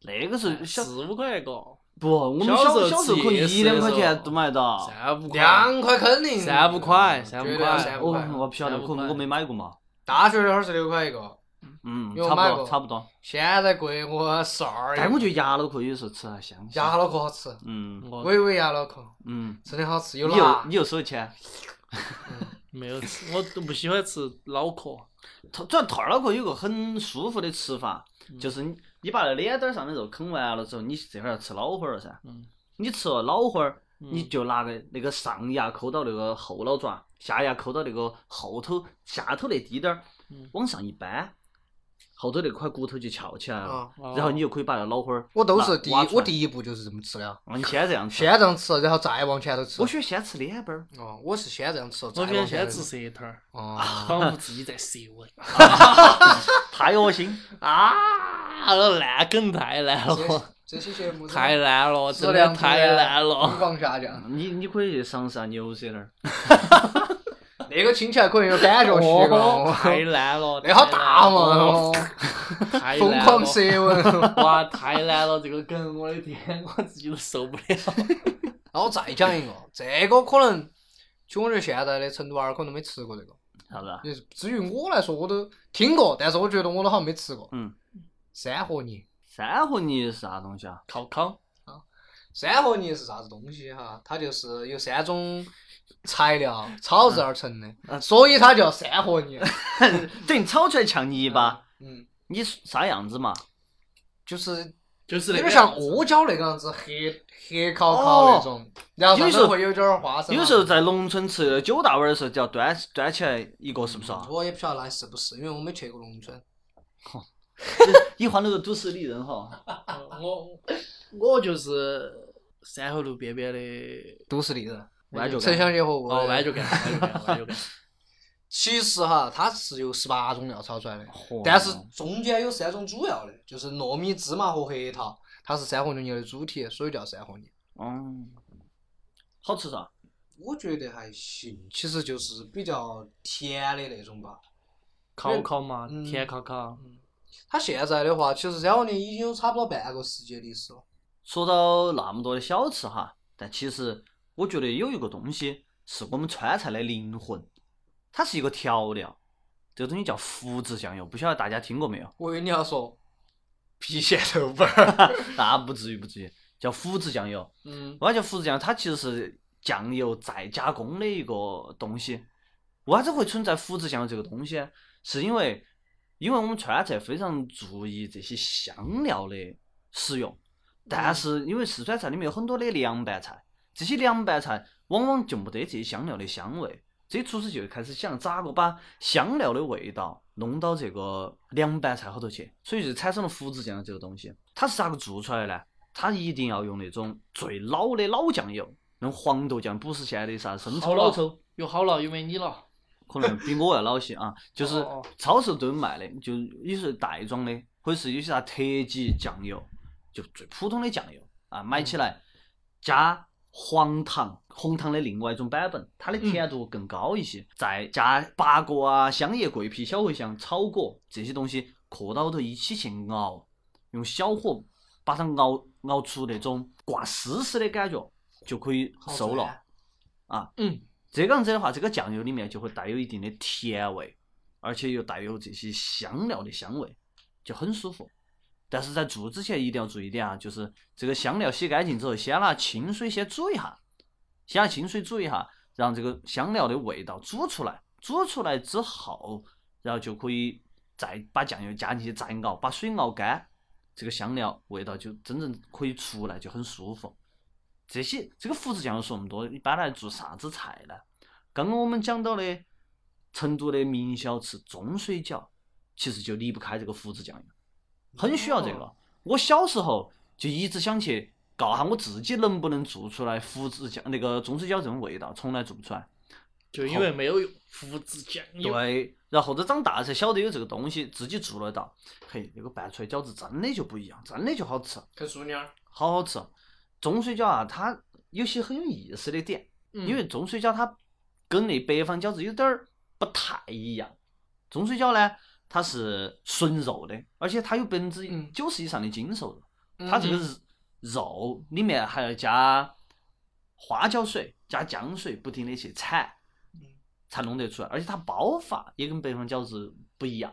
那个时候小
四五块一个，
不，我们
哎小时候
小小时候可能
吃夜
一
市
两
的
块
时
钱
候
都买到。
三五块。
两块肯定，嗯
三五块三五
绝对要
块
三
我
五
我
块。
不晓得，
三五
可能
块
我没买过嘛。
大学那会儿是六块一个，
嗯，
有
差不
买
多
过哎
差不多。
现在贵我十二。
但我觉得鸭脑壳有时候吃还香。
鸭脑壳好吃，
嗯
我
微微鸭脑壳
嗯，
真的好吃，
你
有
又
辣
你。又收钱，
没有吃，我都不喜欢吃脑壳。
它主要兔儿脑壳有个很舒服的吃法，
嗯
就是你你把那脸蛋儿上的肉啃完了之后，你这会儿要吃脑花儿了噻。
嗯
你吃了脑花儿，你
嗯
就拿个那个上牙抠到那个后脑爪，下牙抠到那个后头下头那滴点儿
嗯，
往上一扳，后头那块骨头就翘起来了
啊，
然后你就可以把那脑花儿
我都
拿
是第一
挖出，来
我第一步就是这么吃的，啊
哦，你先这样吃。
先这样吃，然后再往前头吃
我。喜欢先吃脸瓣儿，
哦，我是先这样吃，再
我
往
喜欢先
前头
吃。舌头儿，
哦，
啊
仿佛自己在舌啊吻。
太恶心。
啊，那烂梗太烂了，
这些节目
太烂哦了，
质
真
量
的
突
太
然
烂
疯
了。嗯
狂下降。
你你可以去尝试下牛舌那儿，
那个听起来可能有感觉些
哦 太
个，
烂了，
那好大
哦
嘛，
太
疯
烂
狂
了
舌吻。
哇，太烂了，这个梗，我的天， 我自己都受 不了。
然后再讲一个，这个可能就我觉得现在的成都娃儿可能没吃过这个。
啥子啊？
也是至于我来说，我都听过，但是我觉得我都好像没吃过。
嗯，
山河泥，
三合泥是啥东西啊？
烤烤，
山河泥是啥子东西哈？它就是由三种材料炒
嗯
制而成的，所以它叫山河泥。
等于炒出来像泥巴，
嗯，
你啥样子嘛？
就是
就是
有
那
点
个
像阿胶那个样子，黑黑烤烤那种，然后上
有时候
头会有点儿花生啊。
有时候在农村吃九大碗的时候，就要端端起来一个，是不是啊？
嗯我也不晓得那是不是，因为我没去过农村。
你换了个都市丽人哈，
我我就是山河路边边的
都市丽人，
弯角
城
干
乡结合部
哦，弯角 干，弯角干，弯角干。
其实哈，它是由十八种料炒出来的，
嚯
但是中间有三种主要的，就是糯米、芝麻和核桃，它是三合牛牛的主体，所以叫三合牛。
嗯，好吃啥？
我觉得还行，其实就是比较甜的那种吧。
烤烤嘛，
嗯
甜烤烤。
它现在的话，其实三合牛已经有差不多半个世纪历史了。
说到那么多的小吃哈，但其实我觉得有一个东西是我们川菜的灵魂，它是一个调料，这个东西叫福字酱油，不晓得大家听过没有？
我以为你要说郫县豆 瓣儿，
那不至于，不至于，叫福字酱油。
嗯，
为啥叫福字酱油？它其实是酱油再加工的一个东西。为啥子会存在福字酱油这个东西呢？是因为，因为我们川菜非常注意这些香料的使用，但是因为四川菜里面有很多的凉拌菜，这些凉拌菜往往就没得这些香料的香味。这些厨师就会开始想咋个把香料的味道弄到这个凉拌菜后头去，所以就产生了福字酱油这个东西。它是咋个做出来的呢？它一定要用那种最老的老酱油，那种黄豆酱，不是现在的啥生抽、
好
老
了
抽，，
又好了，又没你了。
可能比我要老些啊，就是
哦哦
超市都有卖的，就有些袋装的，或者是有些啥特级酱油，就最普通的酱油啊，买
嗯
起来加黄糖，红糖的另外一种版本，它的
嗯
甜度更高一些，再加八角啊、香叶、桂皮、小茴香、草果这些东西，搁到头一起去熬，用小火把它熬熬出那种挂丝丝的感觉，就可以
好
收了啊
酸。
嗯，
这个样子的话，这个酱油里面就会带有一定的甜味，而且又带有这些香料的香味，就很舒服。但是在做之前一定要注意一点啊，就是这个香料洗干净之后，先拿清水先煮一下，先拿清水煮一下，让这个香料的味道煮出来。煮出来之后，然后就可以再把酱油加进去再熬，把水熬干，这个香料味道就真正可以出来，就很舒服。这些这个福字酱油说那么多，一般来做啥子菜呢？刚刚我们讲到的成都的名小吃钟水饺，其实就离不开这个福字酱油，很需要这个。我小时候就一直想去告下我自己能不能做出来福字酱那个钟水饺这种味道，从来做不出来。
就因为没有胡子酱油，
对，然后后头长大才晓得有这个东西，自己做得到。嘿，那个拌出来饺子真的就不一样，真的就好吃，
跟熟妞儿，
好好吃。钟水饺啊，它有些很有意思的点，
嗯
因为钟水饺它跟那北方饺子有点儿不太一样。钟水饺呢，它是纯肉的，而且它有百分之
嗯
九十以上的精瘦肉。它这个
嗯
肉肉里面还要加花椒水、加姜水，不停的去铲，
嗯
才弄得出来。而且它包法也跟北方饺子不一样，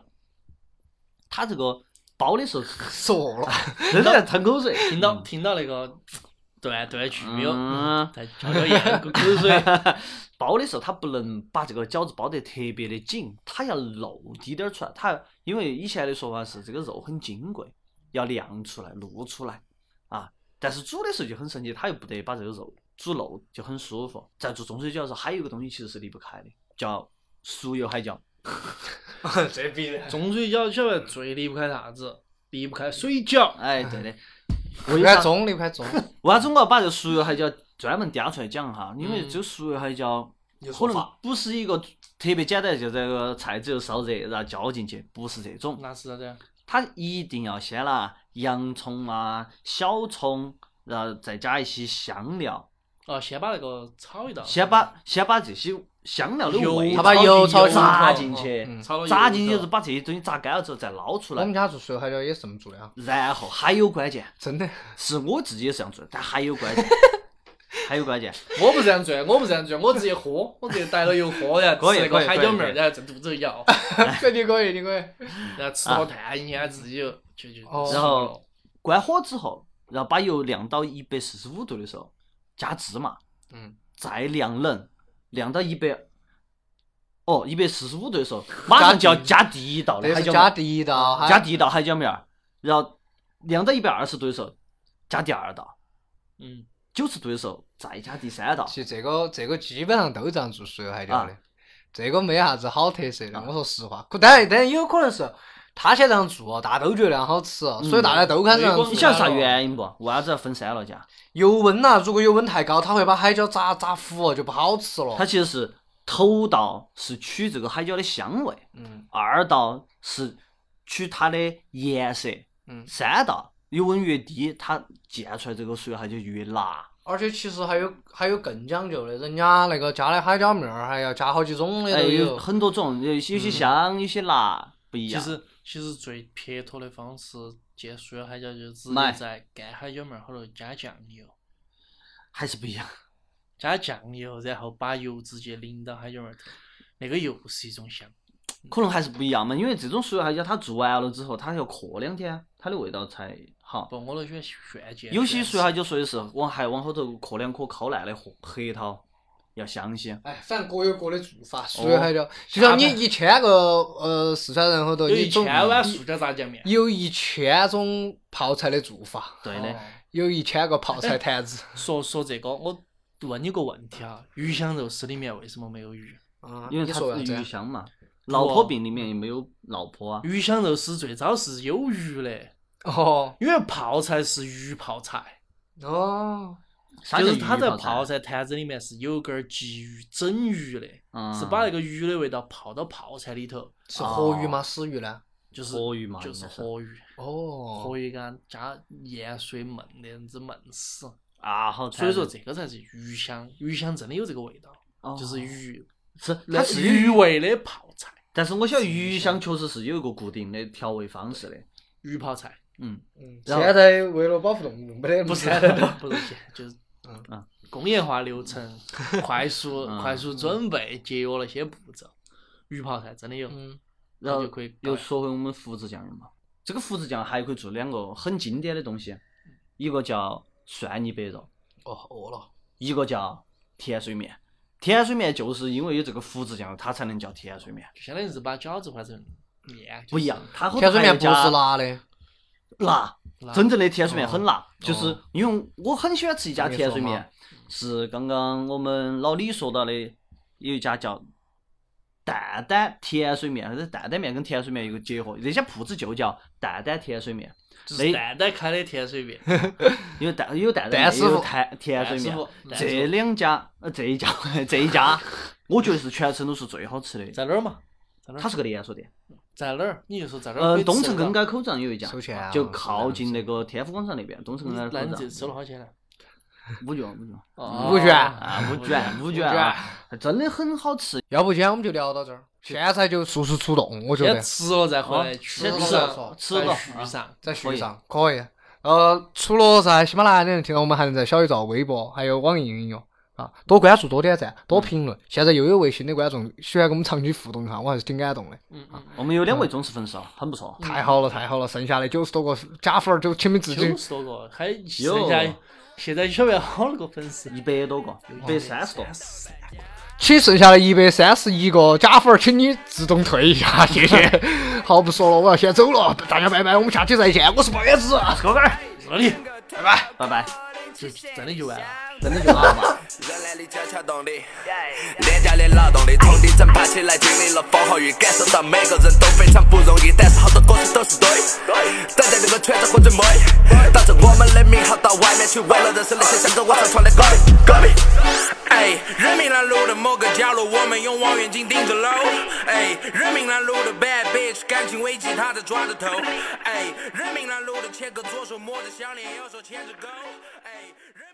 它这个包 的时候
说饿 了，
真的在吞口水，
听到听到那个断断续没有？
嗯
再嚼个咽 口口 水。
包的时候，它不能把这个饺子包得特别的紧，它要露滴点儿出来。它因为以前的说法是这个肉很金贵，要亮出来、露出来啊。但是煮的时候就很神奇，它又不得把这个肉煮漏，就很舒服。在做中水饺的时候，还有一个东西其实是离不开的，叫熟油海椒。
这逼的。
中水饺晓得最离不开啥子？离不开水饺。
哎，对的。
离不开中，离不开中，
为啥子我要把这个熟油海椒专门嗲出来讲哈？因为这个熟油海椒
有
可
说
能
法
不是一个特别简单，就这个菜只有烧热然后浇进去，不是这种。
那是啥子？
它一定要先拿洋葱啊、小葱，然后再加一些香料，
哦，先把那个炒一道。
先把先把这些香料的
哦油
味
他
道
把油炒
进去
炸
哦
进去，
嗯
炒到油
炸进去
之
就是
后
把这些东西炸干了之后再捞 出
我
来
们，家做水海椒也是这么做的啊，
然后还有关键
真的。
是我自己也是这样做的，但还有关键，还有关键，
我不这样做，我不这样做，我直接喝， 我直接逮了油喝，然后
可以
吃那个
可以
海
可以
椒面
可
儿，
以
然后正肚子摇，
这你可以，你可以。
然后吃到炭一下自己就就就
哦
啊然后关火之后，然后把油晾到一百四十五度的时候，加芝麻，
嗯，
再晾冷，晾到一百，哦，一百四十五度的时候，马上就要加第一道的
这
海
是
椒
加
面，
第一道，还
加第一道海椒面儿，啊然后晾到一百二十度的时候，加第二道，
嗯，
九十度的时候再加第三道，
其实这个这个基本上都这样做水海椒的
啊，
这个没啥子好特色的。我说实话，可当然，但有可能是他先这样做，大家都觉得那样好吃，啊
嗯
所以大家都敢这样做。啊
你晓得啥原因不？为啥子要分三了家？
油温呐、如果油温太高，它会把海椒炸炸糊了，就不好吃了。
它其实是头道是取这个海椒的香味，
嗯
二道是取它的颜色，
嗯，
三道油温越低，它溅出来这个水它就越辣。
而且其实还有还有更讲究的，人家那个加的海椒面儿还要加好几种的
哎，
都
有
有。
很多种，有有些香，有些辣，不一
其
样。
实其实最撇脱的方式接苏海椒就是直
买
接在干海椒面儿后头加酱油，
还是不一样。
加酱油，然后把油直接淋到海椒面儿头，那个又是一种香。
可能还是不一样嘛，因为这种熟海椒它做完了之后，它要过两天，它的味道才好。
不，我都喜欢炫技。
有些熟海
椒，
椒说的是往还往后头过两颗烤烂的核核桃，要香些。
哎，反正各有各的做法，素
哦
海椒，就像你一千个呃四川人后头，
有
你
一
总
千碗塑胶炸酱面。
有一千种泡菜的做法，
对的，
哦
有一千个泡菜坛 子。
说说这个，我问你个问题啊，鱼香肉丝里面为什么没有鱼？
嗯，
因为
你
它
说啥
是
子
鱼
呀？
香嘛。老婆饼里面也没有老婆啊，
鱼香肉丝最早是有鱼的，
哦
因为泡菜是鱼泡菜，
哦，
啥
就
叫啊
是它在泡
泡菜？
菜坛子里面是有根儿鲫鱼整鱼的，
嗯
是把那个鱼的味道泡到泡菜里头，
是活
哦
鱼吗？死鱼呢？
就是
活鱼嘛，
就
应
是
该
活鱼，
哦，
活鱼干加盐水焖的，样子焖死。
啊，好惨。
所以说这个才是鱼香，鱼香真的有这个味道，
哦
就是鱼，
是
那
它
是
是
鱼
鱼，
味的泡菜，
但是我晓得鱼香确实是有一个固定的调味方式的。
鱼泡菜，
嗯，
嗯
然后
现在为了保护动物，没得
不是不是，就是
嗯
工业化流 程，快速
嗯
快速准备，节约了些步骤。鱼泡菜真的有，
嗯，
那
然后
就可以搞
又说回我们福字酱油嘛，这个福字酱还可以做两个很经典的东西，一个叫蒜泥白肉，
哦，饿了。
一个叫甜水面。甜水面就是因为有这个福字酱油，它才能叫甜水面，
就相当于是把饺子换成面，
不一样。它后
甜
头
水
还
面
有
不是
加
辣的，
辣，
辣
真正的甜水面很辣，就是
哦
因为我很喜欢吃一家
我跟你
甜
说
水面
哈，
是刚刚我们老李说到的，有一家叫蛋蛋甜水面，这蛋蛋面跟甜水面有个结合，人家铺子就叫蛋蛋甜水面。
就是蛋蛋开的甜水面，
有蛋有蛋
蛋
蛋
师
面，
傅
有甜甜水面
蛋师傅，蛋师
这
傅
两家呃这一家 这一家，我觉得是全成都是最好吃的。
在哪儿嘛？在哪儿？
它是个连锁店，
在哪儿？你就说在哪儿可
呃，
以吃得到？
东城更改口站有一家
收钱啊，
就靠近那个天府广场那边，东城更改
那你
口
这收了
站
好钱呢？
五卷五卷
哦
五卷
啊五卷五卷
五
啊，还真的很好吃。
要不今天我们就聊到这儿，现在就速速出动，我觉
先
得
吃了再回来
哦
去，
先
不
吃
是
了
吃了
再续上。
在
可
续
以
上可以。呃，除了在喜马拉雅能听到我们，还能在小宇宙、微博还有网易云音乐啊，多关注、多点赞、
嗯
多评论。现在又有微信的观众喜欢跟我们长期互动一下，我还是挺感动的。
嗯嗯，
我们有两位忠实粉丝啊，很不错。
太好了，太好了！剩下的九十多个假粉儿，就请你们自己
九十多个，还剩下现在晓不晓得好多个粉丝？
一百多个，一百三十多，
请剩下的一百三十一个假粉儿，请你自动退一下，谢 谢。好，不说了，我要先走了，大家拜拜，我们下期再见。我是包月子。
哥哥，
热力，
拜拜。
就真的就完了。
真的就好吧。
热恋里悄悄动力，廉价的劳动力从底层爬起来，经历了风和雨，感受到每个人都非常不容易。但是好多歌手都是对，待在这个圈子混着摸，打着我们的名号到外面去，为了人生那些向着我上床的歌歌迷。哎，人民南路的某个角落，我们用望远镜盯着楼。哎，人民南路的 bad bitch，感情危机她在抓着头。哎，人民南路的切割，左手摸着项链，右手牵着狗。哎。人民